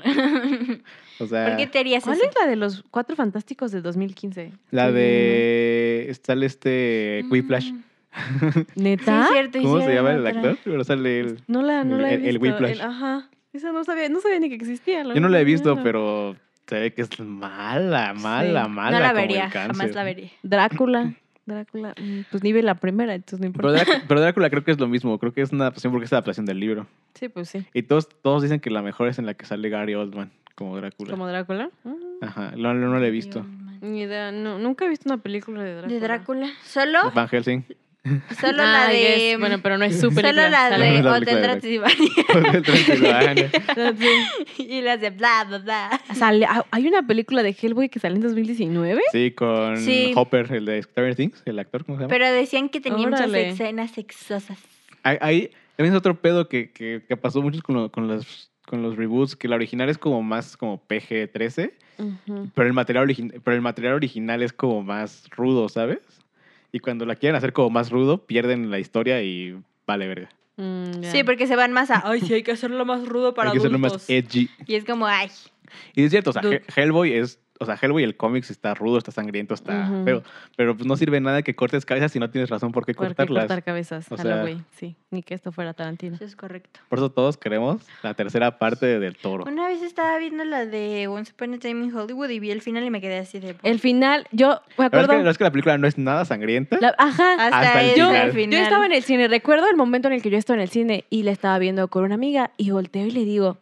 O sea, ¿Por qué te harías ¿Cuál eso? es la de los Cuatro Fantásticos de 2015? La Estoy viendo. de. Está el este. Quiplash. Mm. Sí, ¿Neta? es cierto. ¿Cómo se hicieron llama el otra. Este, actor? Pero sale el- No la, no la he El- el visto. Whiplash. ajá. Esa no sabía, no sabía ni que existía. Yo no la he visto, verdad. pero se ve que es mala, mala, Sí. mala. No la como el vería, jamás cáncer. la vería. Drácula. Drácula. mm, Pues ni vi la primera, entonces no Pero importa. Drácula, pero Drácula creo que es lo mismo. Creo que es una adaptación porque es adaptación del libro. Sí, pues sí. Y todos, todos dicen que la mejor es en la que sale Gary Oldman como Drácula. ¿Como Drácula? Mm, Ajá, no, no, no la he visto. Ni idea. No, nunca he visto una película de Drácula. ¿De Drácula? ¿Solo? Van Helsing. Solo Ah, la I de... guess. Bueno, pero no es su solo película. la sale. de Solo la Hotel película de Transilvania El tren de Silvania. y las de bla, bla, bla. Sale- ah, hay una película de Hellboy que sale en 2019. sí, con Sí. Hopper, el de Stranger Things, el actor, ¿cómo se llama? Pero decían que tenía Órale. muchas escenas sexosas. Ahí- Ahí también es otro pedo que, que, que pasó mucho con, lo- con, los, con los reboots, que la original es como más como PG-13, Ujú. pero, el material origi- pero el material original es como más rudo, ¿sabes? Y cuando la quieren hacer como más rudo, pierden la historia y vale verga. Mm, ya. Sí, porque se van más a... Ay, sí, hay que hacerlo más rudo para Hay que hacerlo adultos. más edgy. Y es como, ay. Y es cierto, o sea, Dude. He- Hellboy es... O sea, Hellboy el cómics está rudo, está sangriento, está Ujú. feo. Pero pues no sirve nada que cortes cabezas si no tienes razón por qué Porque cortarlas. cortar cabezas O a sea- la güey. Sí, ni que esto fuera Tarantino. Eso es correcto. Por eso todos queremos la tercera parte del toro. Una vez estaba viendo la de Once Upon a Time in Hollywood y vi el final y me quedé así de... El final, yo me La verdad, es que, acuerdo. la verdad es que la película no es nada sangrienta. la- ajá. Hasta, hasta el ese final. final. Yo- Yo estaba en el cine, recuerdo el momento en el que yo estaba en el cine y la estaba viendo con una amiga y volteo y le digo,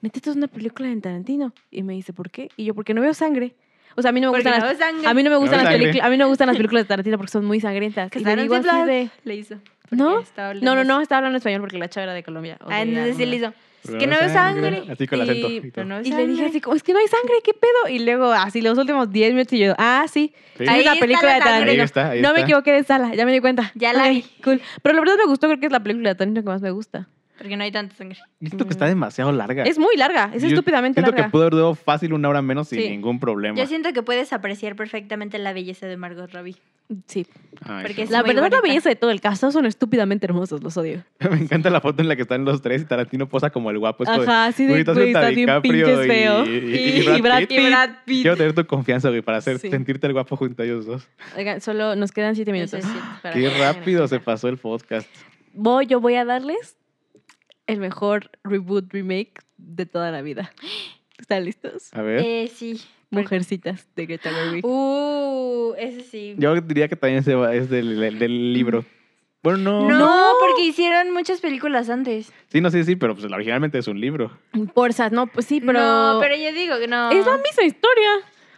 neta, esto es una película de Tarantino. Y me dice, ¿por qué? Y yo, porque no veo sangre. O sea, a mí no me Porque gustan no las... sangre. A mí no me No gustan veo las sangre. películas, a mí no me gustan las películas de Tarantino porque son muy sangrientas. Que Y le Sarah digo J. así Black de, le hizo. ¿No? porque estaba hablando No, no, así. no, estaba hablando español porque la chava era de Colombia. o Ah, de entonces sí alguna- le hizo. Es Pero que no no hay veo sangre. sangre. Así con el acento y pues Y, pero todo. no Y le dije así, como, es que no hay sangre, ¿qué pedo? Y luego, así los últimos 10 minutos, y yo, ah, sí, Sí. sí, es Ahí la está película la de sangre. Tarantino. Ahí está, ahí no me está. equivoqué de sala, ya me di cuenta. Ya la Ok, vi. Cool. Pero la verdad me gustó, creo que es la película de Tarantino que más me gusta. Porque no hay tanta sangre. Yo Siento que está demasiado larga. Es muy larga, es Yo estúpidamente Siento larga. que pudo haber durado fácil una hora menos sin Sí. ningún problema. Yo siento que puedes apreciar perfectamente la belleza de Margot Robbie. Sí. Ay, porque sí. La muy verdad, la bonita. belleza de todo el caso son estúpidamente hermosos, los odio. Me encanta la foto en la que están los tres y Tarantino posa como el guapo. Es como de, Ajá, sí, "Güey, de pues, estás güey, junto a está bien DiCaprio pinches y- feo. y- y Brad Pitt. y Brad Pitt. Quiero tener tu confianza, güey, para hacer, Sí. sentirte el guapo junto a ellos dos. Oigan, solo nos quedan siete Eso minutos. es cierto. para Qué que- rápido se pasó el podcast. Voy, yo voy a darles el mejor reboot remake de toda la vida. ¿Están listos? A ver. Eh, sí. Mujercitas de Greta Gerwig. Uh, ese sí. Yo diría que también se va- es del, del- del libro. Bueno, no. no, No. porque hicieron muchas películas antes. Sí, no, sí, sí, pero pues originalmente es un libro. Porzas, no, pues sí, pero... No, pero yo digo que no. Es la misma historia.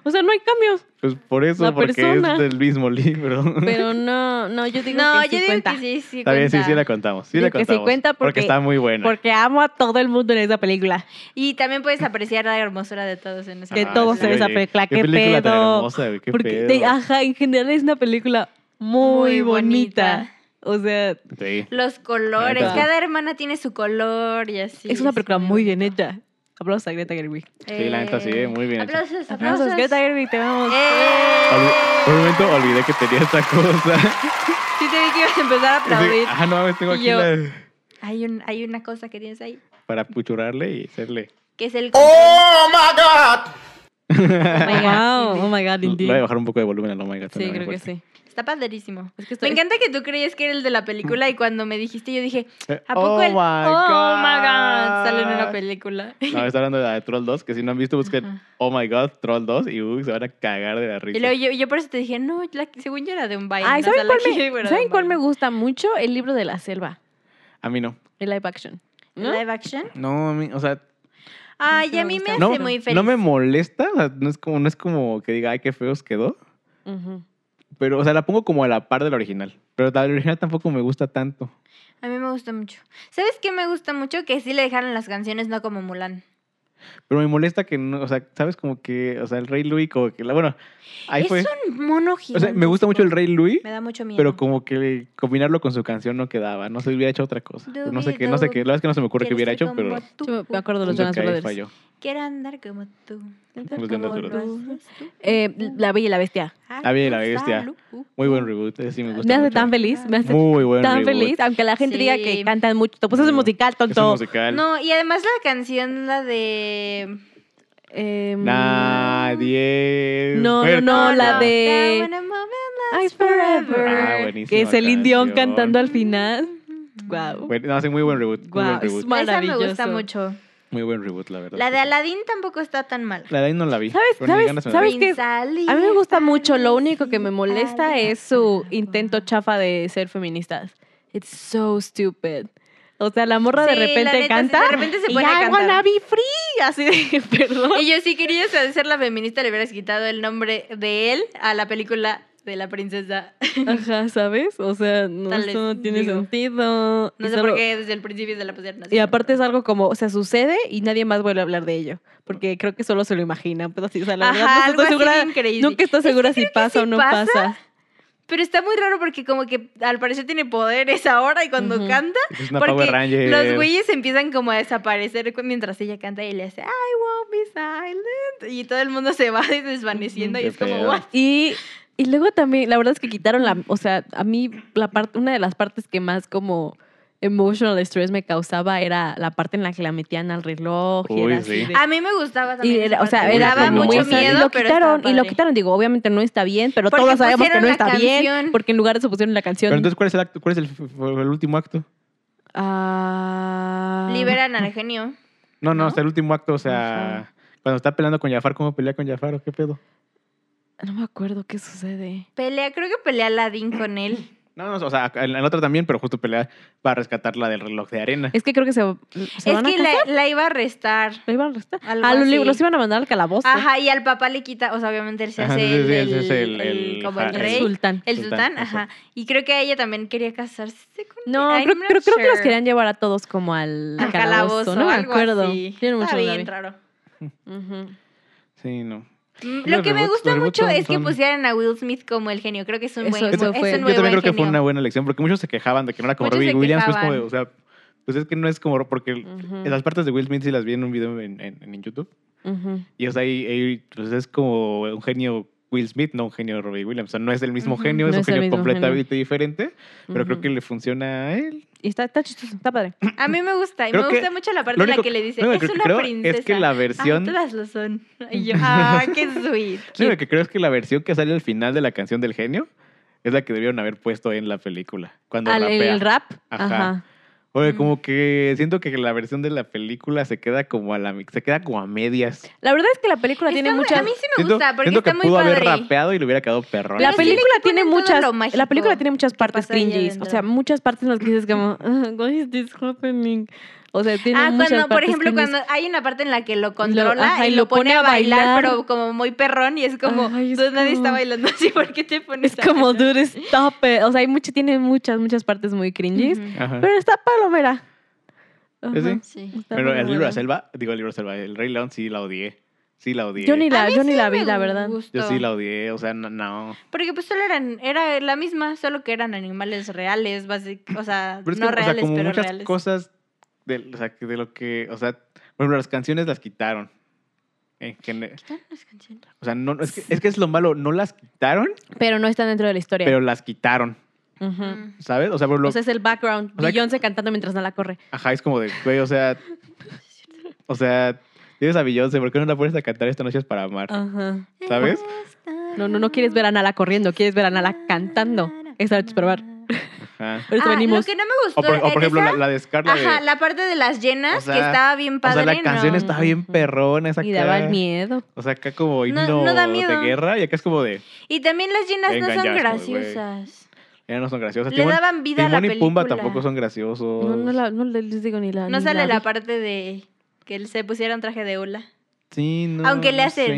O sea, no hay cambios. Pues por eso, La porque persona. es del mismo libro. Pero no, no, yo digo No, que sí yo digo cuenta. que sí, sí. Está bien, sí, sí cuenta. la contamos. Sí Digo la que sí contamos. cuenta porque- está muy buena. Porque amo a todo el mundo en esa película. Y también puedes apreciar la hermosura de todos en esa que Ajá, todos Ah, sí, se ven esa oye, película, qué película tan pedo. hermosa, güey, qué Porque, pedo. de- ah. ajá, en general es una película muy, Muy bonita. bonita. O sea, Sí. Los colores. Neta. Cada hermana tiene su color y así. es una película muy bien bonito. hecha. Aplausos a Greta Gerwig. Sí, la neta, sí, Eh, muy bien hecha. Aplausos, aplausos. Aplausos, Greta Gerwig, te vamos. Olvi- Por un ¡Eh! momento olvidé que tenía esta cosa. Sí te vi que ibas a empezar a aplaudir. Ah, no mames, tengo Y aquí yo- la- Hay, un, hay una cosa que tienes ahí, ¡Oh! para puchurarle y hacerle. que es el... wow, oh my god, Le Voy a indeed. bajar un poco de volumen al Oh My God. Sí, suena creo muy que fuerte. sí. Está padrísimo. Es que estoy- Me encanta que tú creías que era el de la película y cuando me dijiste yo dije, Eh, ¿a poco oh el My Oh my God. god sale en una película? No, está hablando de la de Troll 2, que si no han visto, busquen Ajá. Oh My God, Troll 2 y uy, se van a cagar de la risa. Y luego yo, yo por eso te dije, no, la- según yo era de un baile. Ay, o sea, ¿saben la cuál, que yo me, era de ¿saben un cuál me baile. gusta mucho? El libro de la selva, A mí no. el live action. ¿no? ¿Live action? No, a mí, o sea, Ay, sí a me mí me gusta. hace no, muy feliz. no me molesta, o sea, no es como, no es como que diga, ay, qué feos quedó, Ujú. pero, o sea, la pongo como a la par de la original, pero la original tampoco me gusta tanto. A mí me gusta mucho. ¿Sabes qué me gusta mucho? Que sí le dejaron las canciones, no como Mulan. Pero me molesta que, no, o sea, sabes como que, o sea, el Rey Louis, como que, la, bueno, ahí es fue. un mono O gigante. sea, me gusta mucho el Rey Louis, Me da mucho miedo. pero como que combinarlo con su canción no quedaba, no se hubiera hecho otra cosa. No sé qué, no sé qué, la verdad es que no se me ocurre que hubiera Quiero ser hecho, como pero tú, Yo me acuerdo de los siento Jonas que ahí Brothers. falló. Quiero andar como tú. Los Jonas como lo Brothers. haces tú. Ah, Eh, la Bella y la Bestia. La Bella y Ah, la Bestia. Salud. Muy buen reboot, ese sí me gusta. Me hace mucho. tan feliz, me hace Muy buen tan reboot. feliz, aunque la gente diga Sí. que cantan mucho. Te pusiste No, musical, Es un tonto. musical. No, y además la canción, la de... Em, Nadie. No, no, Fuerte. no, la de- That one moment Eyes lasts Forever. Ah, buenísima que es el indio canción. cantando al final. Wow. Bueno, no, hace muy buen reboot. Muy Guau, buen reboot. es ma- Esa me gusta Maravilloso. mucho. Muy buen reboot, la verdad. La de Aladdin tampoco está tan mal. La de ahí no la vi. ¿Sabes- pero ni sabes- ganas me sabes dan. qué? A mí me gusta mucho, lo único que me molesta es su intento chafa de ser feministas. It's so stupid. O sea, la morra de Sí, la repente neta, sí, canta. de repente se y pone a "I cantar". wanna be free. Así de, perdón. Y yo, si querías ser la feminista, le hubieras quitado el nombre de él a la película de la princesa. Ajá, ¿sabes? O sea, no, Tal esto vez, no tiene digo. sentido. No Y sé solo- por qué desde el principio se la pusieron así. Y aparte es algo como, o sea, sucede y nadie más vuelve a hablar de ello. Porque creo que solo se lo imaginan. Pero sí, o sea, la verdad, Ajá, no algo estoy así segura. bien crazy. Nunca estoy Es que segura si creo que pasa o sí no pasa. pasa. Pero está muy raro porque como que al parecer tiene poderes ahora y cuando Ujú. canta, Es una porque Power Ranger. los güeyes empiezan como a desaparecer cu- mientras ella canta y le hace I won't be silent y todo el mundo se va desvaneciendo Ujú. y Qué es como pedo. what. Y, y luego también, la verdad es que quitaron la, o sea, a mí la parte, una de las partes que más como emotional stress me causaba era la parte en la que la metían al reloj. y Uy, era así sí. de- A mí me gustaba y Ah, también. era, esa o sea, parte. Uy, era eso daba no. mucho Mucho miedo, miedo, y lo pero quitaron, estaba y lo padre. quitaron. Digo, obviamente no está bien, pero Porque todos sabemos que pusieron no la está bien, canción. porque en lugar se pusieron la canción. Pero entonces, ¿cuál es el, acto? ¿Cuál es el, fue el último acto? Ah. Liberan al genio. No, no, ¿No? hasta el último acto, o sea, Ajá. cuando está peleando con Jafar, ¿cómo pelea con Jafar o qué pedo? No me acuerdo qué sucede. Pelea, creo que pelea Aladdin con él. No, no, o sea, en la otra también, pero justo pelea para rescatarla del reloj de arena. Es que creo que se, se es van a que casar. la, la iba a arrestar. ¿La iban a arrestar? Algo Ah, los, li- así. los iban a mandar al calabozo. Ajá, y al papá le quita, o sea, obviamente él se Ajá, hace sí, sí, el, sí, él se hace el- el- el- el- como el ajá, El rey. Eh, El sultán, sultán. Sultán, ajá. Y creo que ella también quería casarse con él. No, I'm creo, not creo, creo que los sure. querían llevar a todos como al, al calabozo. No me algo acuerdo. así. Tiene mucho Está que no la bien vi. raro. Ujú. Sí, no. Mm, Los Lo que me reboots- gusta los mucho reboots es que son- pusieran a Will Smith como el genio. Creo que es un Eso- buen eso es fue. un muy Yo también buen creo que fue genio. una buena elección, porque muchos se quejaban de que no era como Muchos Robbie se Williams, pues como, de, quejaban. Mm. o sea, pues es que no es como, Ro- porque el- Ujú. las partes de Will Smith sí las vi en un video en, en- en YouTube, Ujú. y o sea, ahí, ahí, pues es como un genio Will Smith, no un genio Robbie Williams, o sea, no es el mismo Ujú. genio, es No un es el genio mismo genio. completamente diferente, pero creo Ujú. que le funciona a él. Y está, está chistoso, está padre. A mí me gusta. Y Creo me que- gusta mucho la parte lo en la único- que le dice, lo único es que una creo princesa. es que la versión... Ay, todas lo son. Y yo, ah, qué sweet. Sí, lo que creo es que la versión que sale al final de la canción del genio es la que debieron haber puesto en la película. Cuando Al, el, rapea. rap. Ajá. Ajá. Oye, Mm. como que siento que la versión de la película se queda como a la se queda como a medias. La verdad es que la película tiene Está muy- muchas. A mí sí me Siento, gusta porque siento está que muy pudo haber padre. rapeado y le hubiera quedado perrón. La Pero sí le película tiene ponen todo muchas. lo La mágico película tiene muchas partes pasa ahí cringies. O adentro. sea, muchas partes en las que dices como, "Ah, why is this happening? O sea, tiene Ah, muchas cuando, por partes ejemplo, cringies. cuando hay una parte en la que lo controla ajá, y lo pone, a bailar, pero como muy perrón y es como, Ay, es "Dude, nadie como- está bailando así, ¿por qué te pones Es a como, bailar?" dude, stop it. O sea, hay mucho, tiene muchas, muchas partes muy cringies. Ujú. Ajá. Pero está palomera. Ajá. Sí. Sí. Está Pero el libro de la palomera. selva, digo el libro de la selva, el Rey León sí la odié. Sí la odié. Yo ni la, A mí yo ni sí la vi, me la verdad. gustó. Yo sí la odié, o sea, no. no. Porque pues solo eran, era la misma, solo que eran animales reales, básicamente, o sea, Pero es no que, o sea, reales, como pero muchas reales. cosas de, o sea, que de lo que, o sea, por ejemplo, las canciones las quitaron. eh, En gene- ¿Están las canciones? O sea, no, es, que, es que es lo malo, no las quitaron, Pero no están dentro de la historia. pero las quitaron, Ujú. Mm. ¿sabes? O sea, por ejemplo, O sea, es el background. O sea, Beyoncé cantando mientras no la corre. ajá, es como de, güey, o sea, o sea, Dices a Beyoncé, ¿por qué no la pones a cantar esta noche es para amar? Ah. Ajá. ¿Sabes? No, no, no quieres ver a Nala corriendo, quieres ver a Nala cantando. Esa noche es para amar. Ajá. Ahorita Ah, venimos. Lo que no me O gustó. por, o por en ejemplo, esa- la, la de Scarla de- Ajá, la parte de las llenas O sea, que estaba bien o padre. sea, la canción no. está bien perrona esa Y daba el miedo. O sea, acá como himno no da de miedo. guerra y acá es como de... Y también las llenas Vengan no ya, son es como de, güey. graciosas. Ya no son graciosas. Le Timón, daban vida a la Timón y Pumba película. tampoco son graciosos. No, no, la- no les digo ni la. No ni sale la vi. parte de que se pusiera un traje de hula. Mm, Sí, no. Aunque le no hace sé.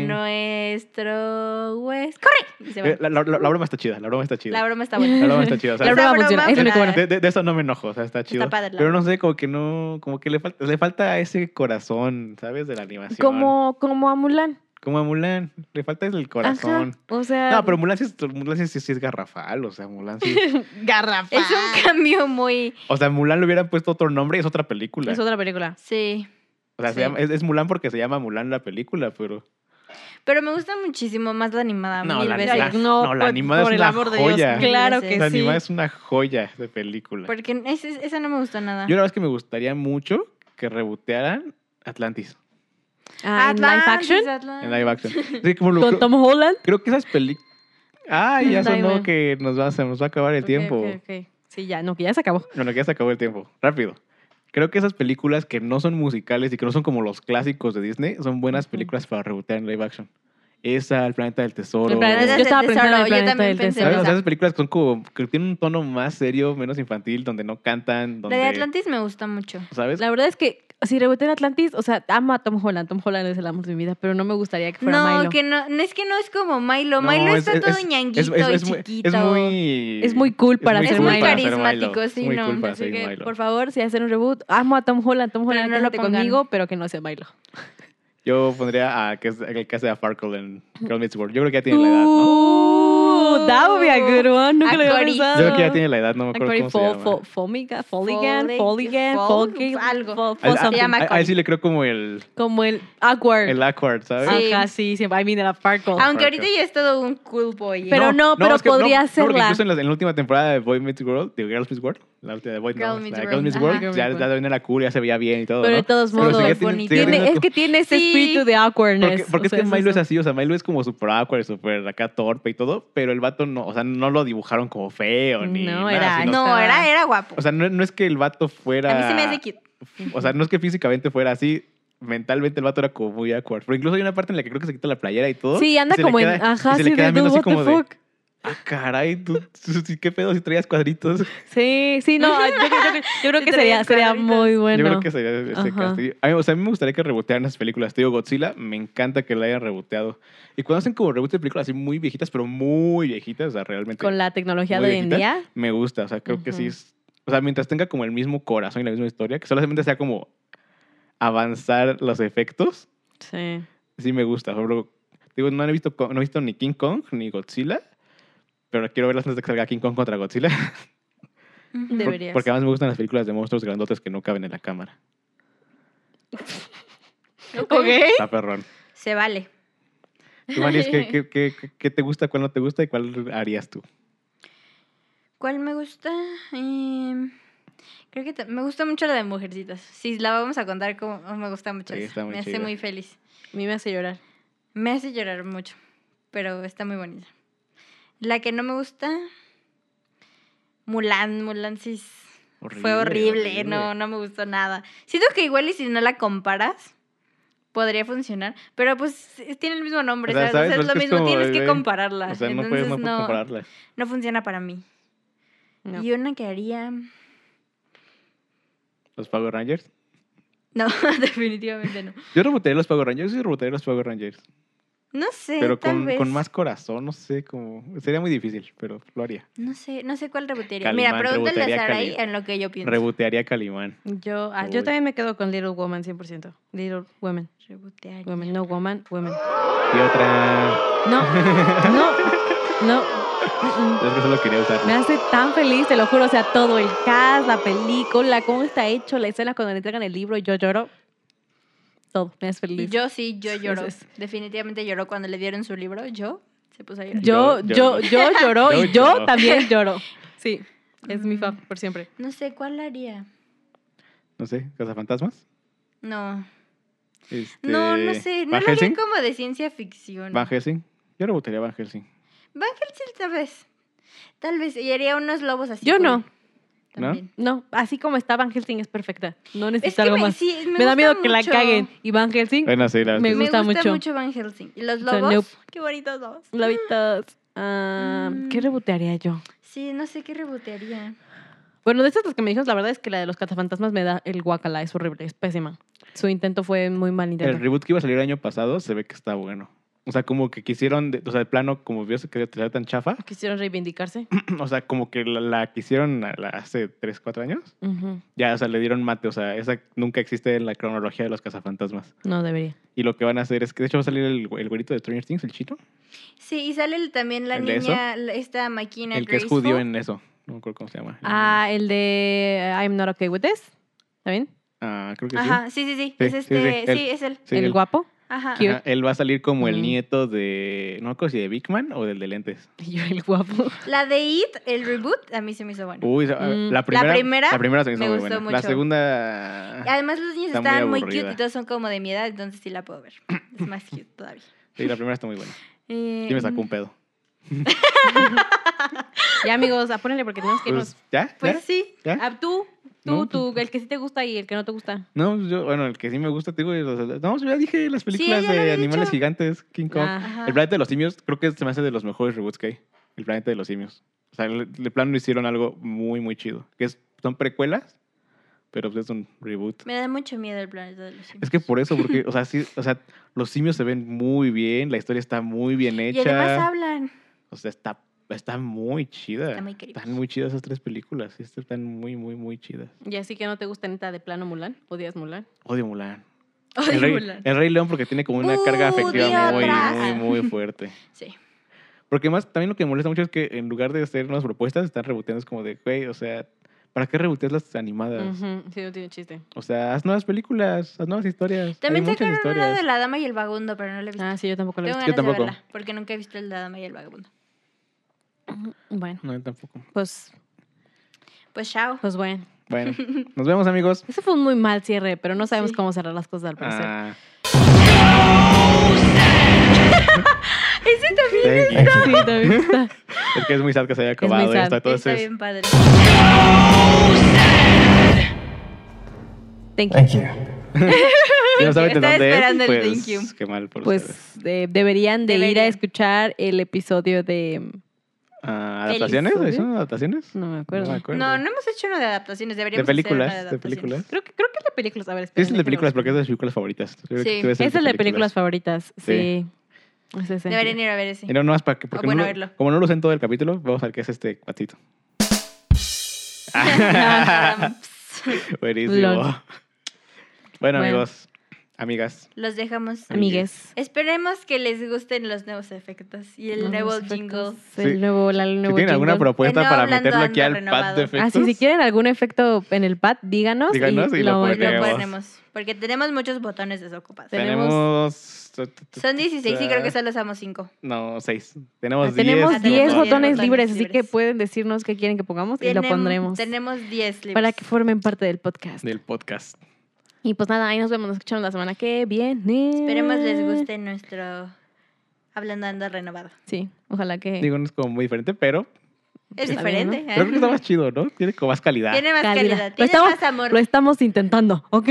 nuestro West. ¡Corre! Y se va. Eh, La, la- la- la broma está chida, la broma está chida. La broma está buena. La broma está chida. o sea, La Esa broma broma funciona. Es lo único bueno. de, de- de eso no me enojo, o sea, está chido. padre, la pero no verdad. sé, como que no, como que le falta, le falta ese corazón, ¿sabes? De la animación. Como, como a Mulan. Como a Mulan, le falta el Ajá. Ah. corazón. O sea. No, pero Mulan sí, es, Mulan sí, sí- sí es garrafal, o sea, Mulan sí. Garrafa. Es un cambio muy. O sea, Mulan le hubieran puesto otro nombre y es otra película. Es otra película. Sí. o sea, se sí. llama- es, es Mulan porque se llama Mulan la película, pero. Pero me gusta muchísimo más la animada. No, mil la- veces. la- no, la por- animada es por el una amor de joya. Dios. Claro que Sí. la Eh, sí. animada es una joya de película. Porque esa, esa no me gustó nada. Yo la verdad es que me gustaría mucho que rebotearan Atlantis Ah, en live Atlantis, action. Atlantis. en live action. Sí, como lo- Con Tom Holland. Creo que esas películas. Ay, Ah, ya Mm, da sonó igual. que nos va, se nos va a acabar el Ok, tiempo. ok, ok. Sí, ya, no, que ya se acabó. Bueno, que ya se acabó el tiempo. Rápido. Creo que esas películas que no son musicales y que no son como los clásicos de Disney son buenas Ujú. películas para rebotear en live action. Esa, El Planeta del Tesoro. El planeta- Planetas yo del estaba pensando en el Tesoro, yo planeta también del pensé en tesoro. ¿Sabes? O sea, esa. esas películas que son como que tienen un tono más serio, menos infantil, donde no cantan, donde La de Atlantis me gusta mucho. ¿sabes? La verdad es que si reboté en Atlantis, o sea, amo a Tom Holland. Tom Holland es el amor de mi vida, pero no me gustaría que fuera No, Milo. que no, no, es que no es como Milo. No, Milo es- está es- todo es- ñanguito y muy- chiquito. Es muy, Es muy cool para muy ser cool Milo. para ser carismático, carismático, sí, muy no, cool para así ser que, Milo. Por favor, si hacen un reboot, amo a Tom Holland. Tom Holland, no lo quédate pongan. conmigo, pero que no sea Milo. Yo pondría a que es- el que hace a Farkle en Girl Meets World. Yo creo que ya tiene la edad, ¿no? Uh, that would be a good one. Nunca A lo había Cory. pensado. Yo creo que ya tiene la edad, no me acuerdo Corey cómo se llama. Fomiga, Foligan, Folig- Foligan, Fol- Folgin, algo. Fol- Al- Fol- a- something. llama a- Ahí Cory. sí le creo como el, Como el awkward. el awkward, ¿sabes? Sí. Ajá, sí, siempre. Ay, mira la Farkle. Ah, Aunque ahorita ya es todo un cool boy. ¿eh? Pero no, pero es que no, podría no, porque hacerla. incluso en la, en la última temporada de Boy Meets World, de Girls Meets World, la última de Boy, Girl no, la Meets de World, Girl Meets ajá. World, ya, ya también era cool, ya se veía bien y todo, pero de ¿no? todos Pero modos, sigue es teni- bonito. sigue tiene- teniendo es que tiene ese Sí. espíritu de awkwardness. Porque, porque o sea, es que Milo es eso. así, o sea, Milo es como super awkward, super acá torpe y todo, pero el vato no, o sea, no lo dibujaron como feo ni No, nada, era- sino- no, estaba- era, era guapo. o sea, no, no es que el vato fuera... a mí se me hace cute. O sea, no es que físicamente fuera así, mentalmente el vato era como muy awkward. Pero incluso hay una parte en la que creo que se quita la playera y todo. Sí, anda y se le como en. queda- y Ajá, se sí, le queda de viendo dude, así what como the de, fuck. ah, caray, tú, tú- tú- qué pedo si traías cuadritos. Sí, sí, no. Yo, creo- yo creo que- yo creo Sí, que sería, traía sería cuadritos. muy Yo creo bueno. que sería ese Ajá. castillo. A mí, o sea, a mí me gustaría que rebotearan las películas. Te digo, Godzilla, me encanta que la hayan reboteado. Y cuando hacen como rebote de películas así muy viejitas, pero muy viejitas, o sea, realmente. Con la tecnología muy de hoy en viejitas, día. Me gusta, o sea, creo que sí Ujú. es. O sea, mientras tenga como el mismo corazón y la misma historia, que solamente sea como avanzar los efectos. Sí. sí me gusta. Por ejemplo, digo, no he visto, co- no he visto ni King Kong ni Godzilla, pero quiero verlas antes de que salga King Kong contra Godzilla. Ujú. De- por- Deberías. Porque además me gustan las películas de monstruos grandotes que no caben en la cámara. Ok. Ok. Está perrón. Se vale. Tú, Maris, ¿qué, qué, qué, qué- qué te gusta, cuál no te gusta y cuál harías tú? ¿Cuál me gusta? Em, creo que ta- me gusta mucho la de Mujercitas. Sí, la vamos a contar como oh, me gusta mucho. Sí, esa. está muy me hace chida. muy feliz. A mí me hace llorar. Me hace llorar mucho, pero está muy bonita. La que no me gusta, Mulan. Mulan sí es- fue horrible. No, no me gustó nada. Siento que igual y si no la comparas, podría funcionar. Pero pues es- tiene el mismo nombre, O sea, ¿sabes? ¿sabes? O sea, Pues es que es lo es mismo, como, tienes que güey, compararla. O sea, no puedes, Entonces no no, puedes compararlas. no funciona para mí. No. Y una que haría... Los Power Rangers. No, definitivamente no. Yo rebotaría los Power Rangers, yo sí rebotaría los Power Rangers. No sé, Pero tal con, vez. con más corazón, no sé, como... Sería muy difícil, pero lo haría. No sé, no sé cuál rebotearía. Calimán, Mira, pregúntale rebotearía a Sarai Calimán. en lo que yo pienso. Rebotearía Calimán. Yo, ah, Uy. yo también me quedo con Little Woman 100%. Little Women. Rebotearía. Women, no woman, women. Y otra... No, no, no. Mm, mm. Es que solo quería usarlo. Me hace tan feliz, te lo juro. O sea, todo el cast, la película, cómo está hecho, la escena cuando le entregan el libro y yo lloro. Todo, me hace feliz. Yo sí, yo lloro. Eso Definitivamente lloró cuando le dieron su libro. Yo se puso a llorar. yo, Yo yo, yo lloro Yo y yo lloro. también lloro. Sí, es mi fav por siempre. No sé cuál haría. No sé, ¿Cazafantasmas? No. Este, No, no sé. No ¿Van lo haría Helsing? como de ciencia ficción. ¿Van Helsing? Yo no votaría a Van Helsing. Van Helsing, tal vez. Tal vez. Y haría unos lobos así. Yo cool. no. ¿No? También. No, así como está Van Helsing es perfecta. No necesita Es que algo me, más. sí, me da gusta miedo que la mucho. caguen. Y Van Helsing, Bueno, sí, la verdad Me es Me que sí. gusta gusta, mucho. mucho. Van Helsing. ¿Y los O sea, lobos? nope. Qué bonitos lobos. lobitos. Ah, ¿Qué Mm. rebotearía yo? Sí, no sé qué rebotearía. Bueno, de estas las que me dijo, la verdad es que la de los cazafantasmas me da el guacala. Es horrible, es pésima. Su intento fue muy mal El intento. reboot que iba a salir el año pasado se ve que está bueno. O sea, como que quisieron, de- o sea, el plano, como vio que era tan chafa, Quisieron reivindicarse. o sea, como que la, la quisieron a- la- hace 3, 4 años, Ujú. ya, o sea, le dieron mate, o sea, esa nunca existe en la cronología de los cazafantasmas. No debería. Y lo que van a hacer es que, de hecho, va a salir el, güe- el güerito de Stranger Things, el chino, Sí, y sale el- también la ¿El de eso? niña, la- esta máquina. el que es Graceful. judío en eso, no me acuerdo cómo se llama. Ah, el de I'm not okay with this. ¿También? Ah, creo que sí. Ajá, sí, sí, sí. Sí, es sí, este, sí, sí, él. es él. Sí, el él, guapo. Ajá. Cute. ajá, él va a salir como el Ujú. nieto de, no me acuerdo si de Big Man o del del lentes. Y yo, el guapo. La de It, el reboot, a mí se me hizo bueno. Uy, esa- Mm. la, La primera, primera la primera se me hizo me muy gustó buena. La mucho. segunda... Además, los niños Está muy estaban muy, aburrida. cute y todos son como de mi edad, entonces sí la puedo ver. Es más cute todavía. Sí, la primera está muy buena. Eh, Sí me sacó un pedo. ya, amigos, apónenle porque tenemos que irnos. Pues, ¿Ya? Pues ¿Ya? sí. ¿Ya? Ah, tú, tú, No, tú, el que sí te gusta y el que no te gusta. No, pues yo, bueno, el que sí me gusta, te digo, es- no, yo ya dije las películas ya lo de había animales dicho. gigantes, King Kong. Ah. Ajá. El planeta de los simios, creo que se me hace de los mejores reboots que hay. El planeta de los simios. O sea, el, el plano hicieron algo muy, muy chido. Que es- son precuelas, pero pues es un reboot. Me da mucho miedo el planeta de los simios. Es que por eso, porque, o sea, sí, o sea, los simios se ven muy bien, la historia está muy bien Y además hecha. hablan. O sea, está, está muy chida. Está muy creepy. Están muy chidas esas tres películas. sí, Están muy, muy, muy chidas. Y así que no te gusta neta de plano Mulan. ¿Odias Mulan? Odio Mulan. Odio el, Rey, Eh, Mulan. el Rey León porque tiene como una carga afectiva muy, Pudiotas. muy, muy fuerte. Sí. Porque más, también lo que me molesta mucho es que en lugar de hacer unas propuestas, están reboteando. Es como de, güey, o sea, ¿para qué reboteas las animadas? Ujú, Sí, no tiene chiste. O sea, haz nuevas películas, haz nuevas historias. También Hay muchas sacaron una historias. de la dama y el vagabundo, pero no la he visto. Ah, sí, yo tampoco lo he Tengo visto. ganas Yo de tampoco. verla, porque nunca he visto el de la dama y el vagabundo. Bueno, No, yo tampoco. pues, Pues chao. pues bueno. Bueno, nos vemos, amigos. Ese fue un muy mal cierre, pero no sabemos Sí. cómo cerrar las cosas al parecer. Ah, Ese también thank you. Sí, también está. Es que es muy sad que se haya acabado sad. esto. está Entonces, bien padre. Thank you. Thank you. si no saben de Estaba dónde esperando es, el pues, thank you. qué mal por ustedes. Pues eh, deberían de ir a Deberían. escuchar el episodio de... Ah, ¿Adaptaciones? feliz, ¿Son adaptaciones? No me acuerdo. me acuerdo. No, no hemos hecho una de adaptaciones. De Deberíamos hacer una películas, de adaptaciones. películas. Creo que, creo que es de películas. A ver, Sí, es el de espérenme, películas, déjenlo porque es de mis películas favoritas. Yo creo que Sí. tú ves busco. Esa es la de películas favoritas, sí. Sí. Es ese. Deberían ir a ver ese. Y no, no más para que, Ah, porque bueno, no lo- verlo. como no lo sé en todo el capítulo, vamos a ver qué es este patito. Buenísimo. Lol. Bueno, amigos, amigas, Los dejamos. Amigues. Esperemos que les gusten los nuevos efectos y el Los nuevo efectos. jingle. El Sí. nuevo, la, el si nuevo tienen alguna jingle. propuesta El nuevo para Eh, Hablando meterlo aquí Ando al pad renovado. de Ah, sí, Ah, efectos. sí, si quieren algún efecto en el pad, díganos. Díganos y lo Y pues, lo Ponemos. ponemos. Porque tenemos muchos botones desocupados. Tenemos... Son 16 y creo que solo usamos 5. ah, No, 6. Ah, Tenemos 10. Tenemos 10 tenemos botones botones libres, así que libres. pueden decirnos qué quieren que pongamos y lo pondremos Tenemos 10 libros. para que formen parte del podcast. del podcast. Y pues nada, ahí nos vemos, nos escuchamos la semana que viene. Esperemos les guste nuestro Hablando Ando renovado. Sí, ojalá que... Digo, no es como muy diferente, pero Es Está bien, diferente. ¿eh? creo que está más chido, ¿no? Tiene como más calidad. Tiene más Calidad. calidad. Lo Tiene estamos- más amor. Lo estamos intentando, ¿ok?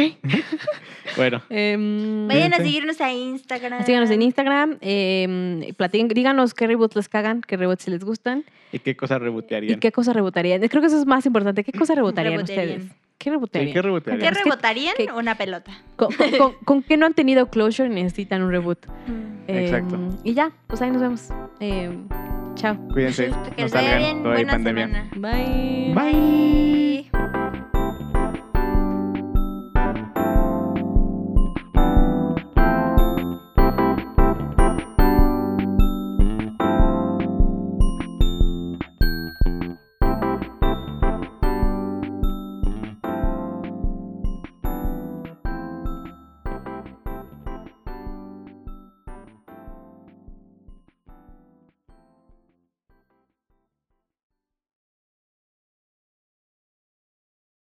Bueno, Em, Vayan a Gente. seguirnos a Instagram. síganos en Instagram, em, platiquen, díganos qué reboots les cagan, qué reboots les gustan ¿y qué cosas rebotearían? y qué cosas rebotarían. Creo que eso es más importante. ¿Qué cosas rebotarían Rebotarían. ustedes? ¿Qué Sí, ¿Qué rebotarían? ¿Qué rebotearían? Es que- rebotarían? que- Una pelota. ¿Con, con, con- con qué no han tenido closure y necesitan un reboot? Mm. Em, Exacto. y ya, pues ahí nos vemos. Em, chao. Cuídense, Que no les vaya salgan, bien. todavía hay Buena pandemia. semana. Bye. Bye.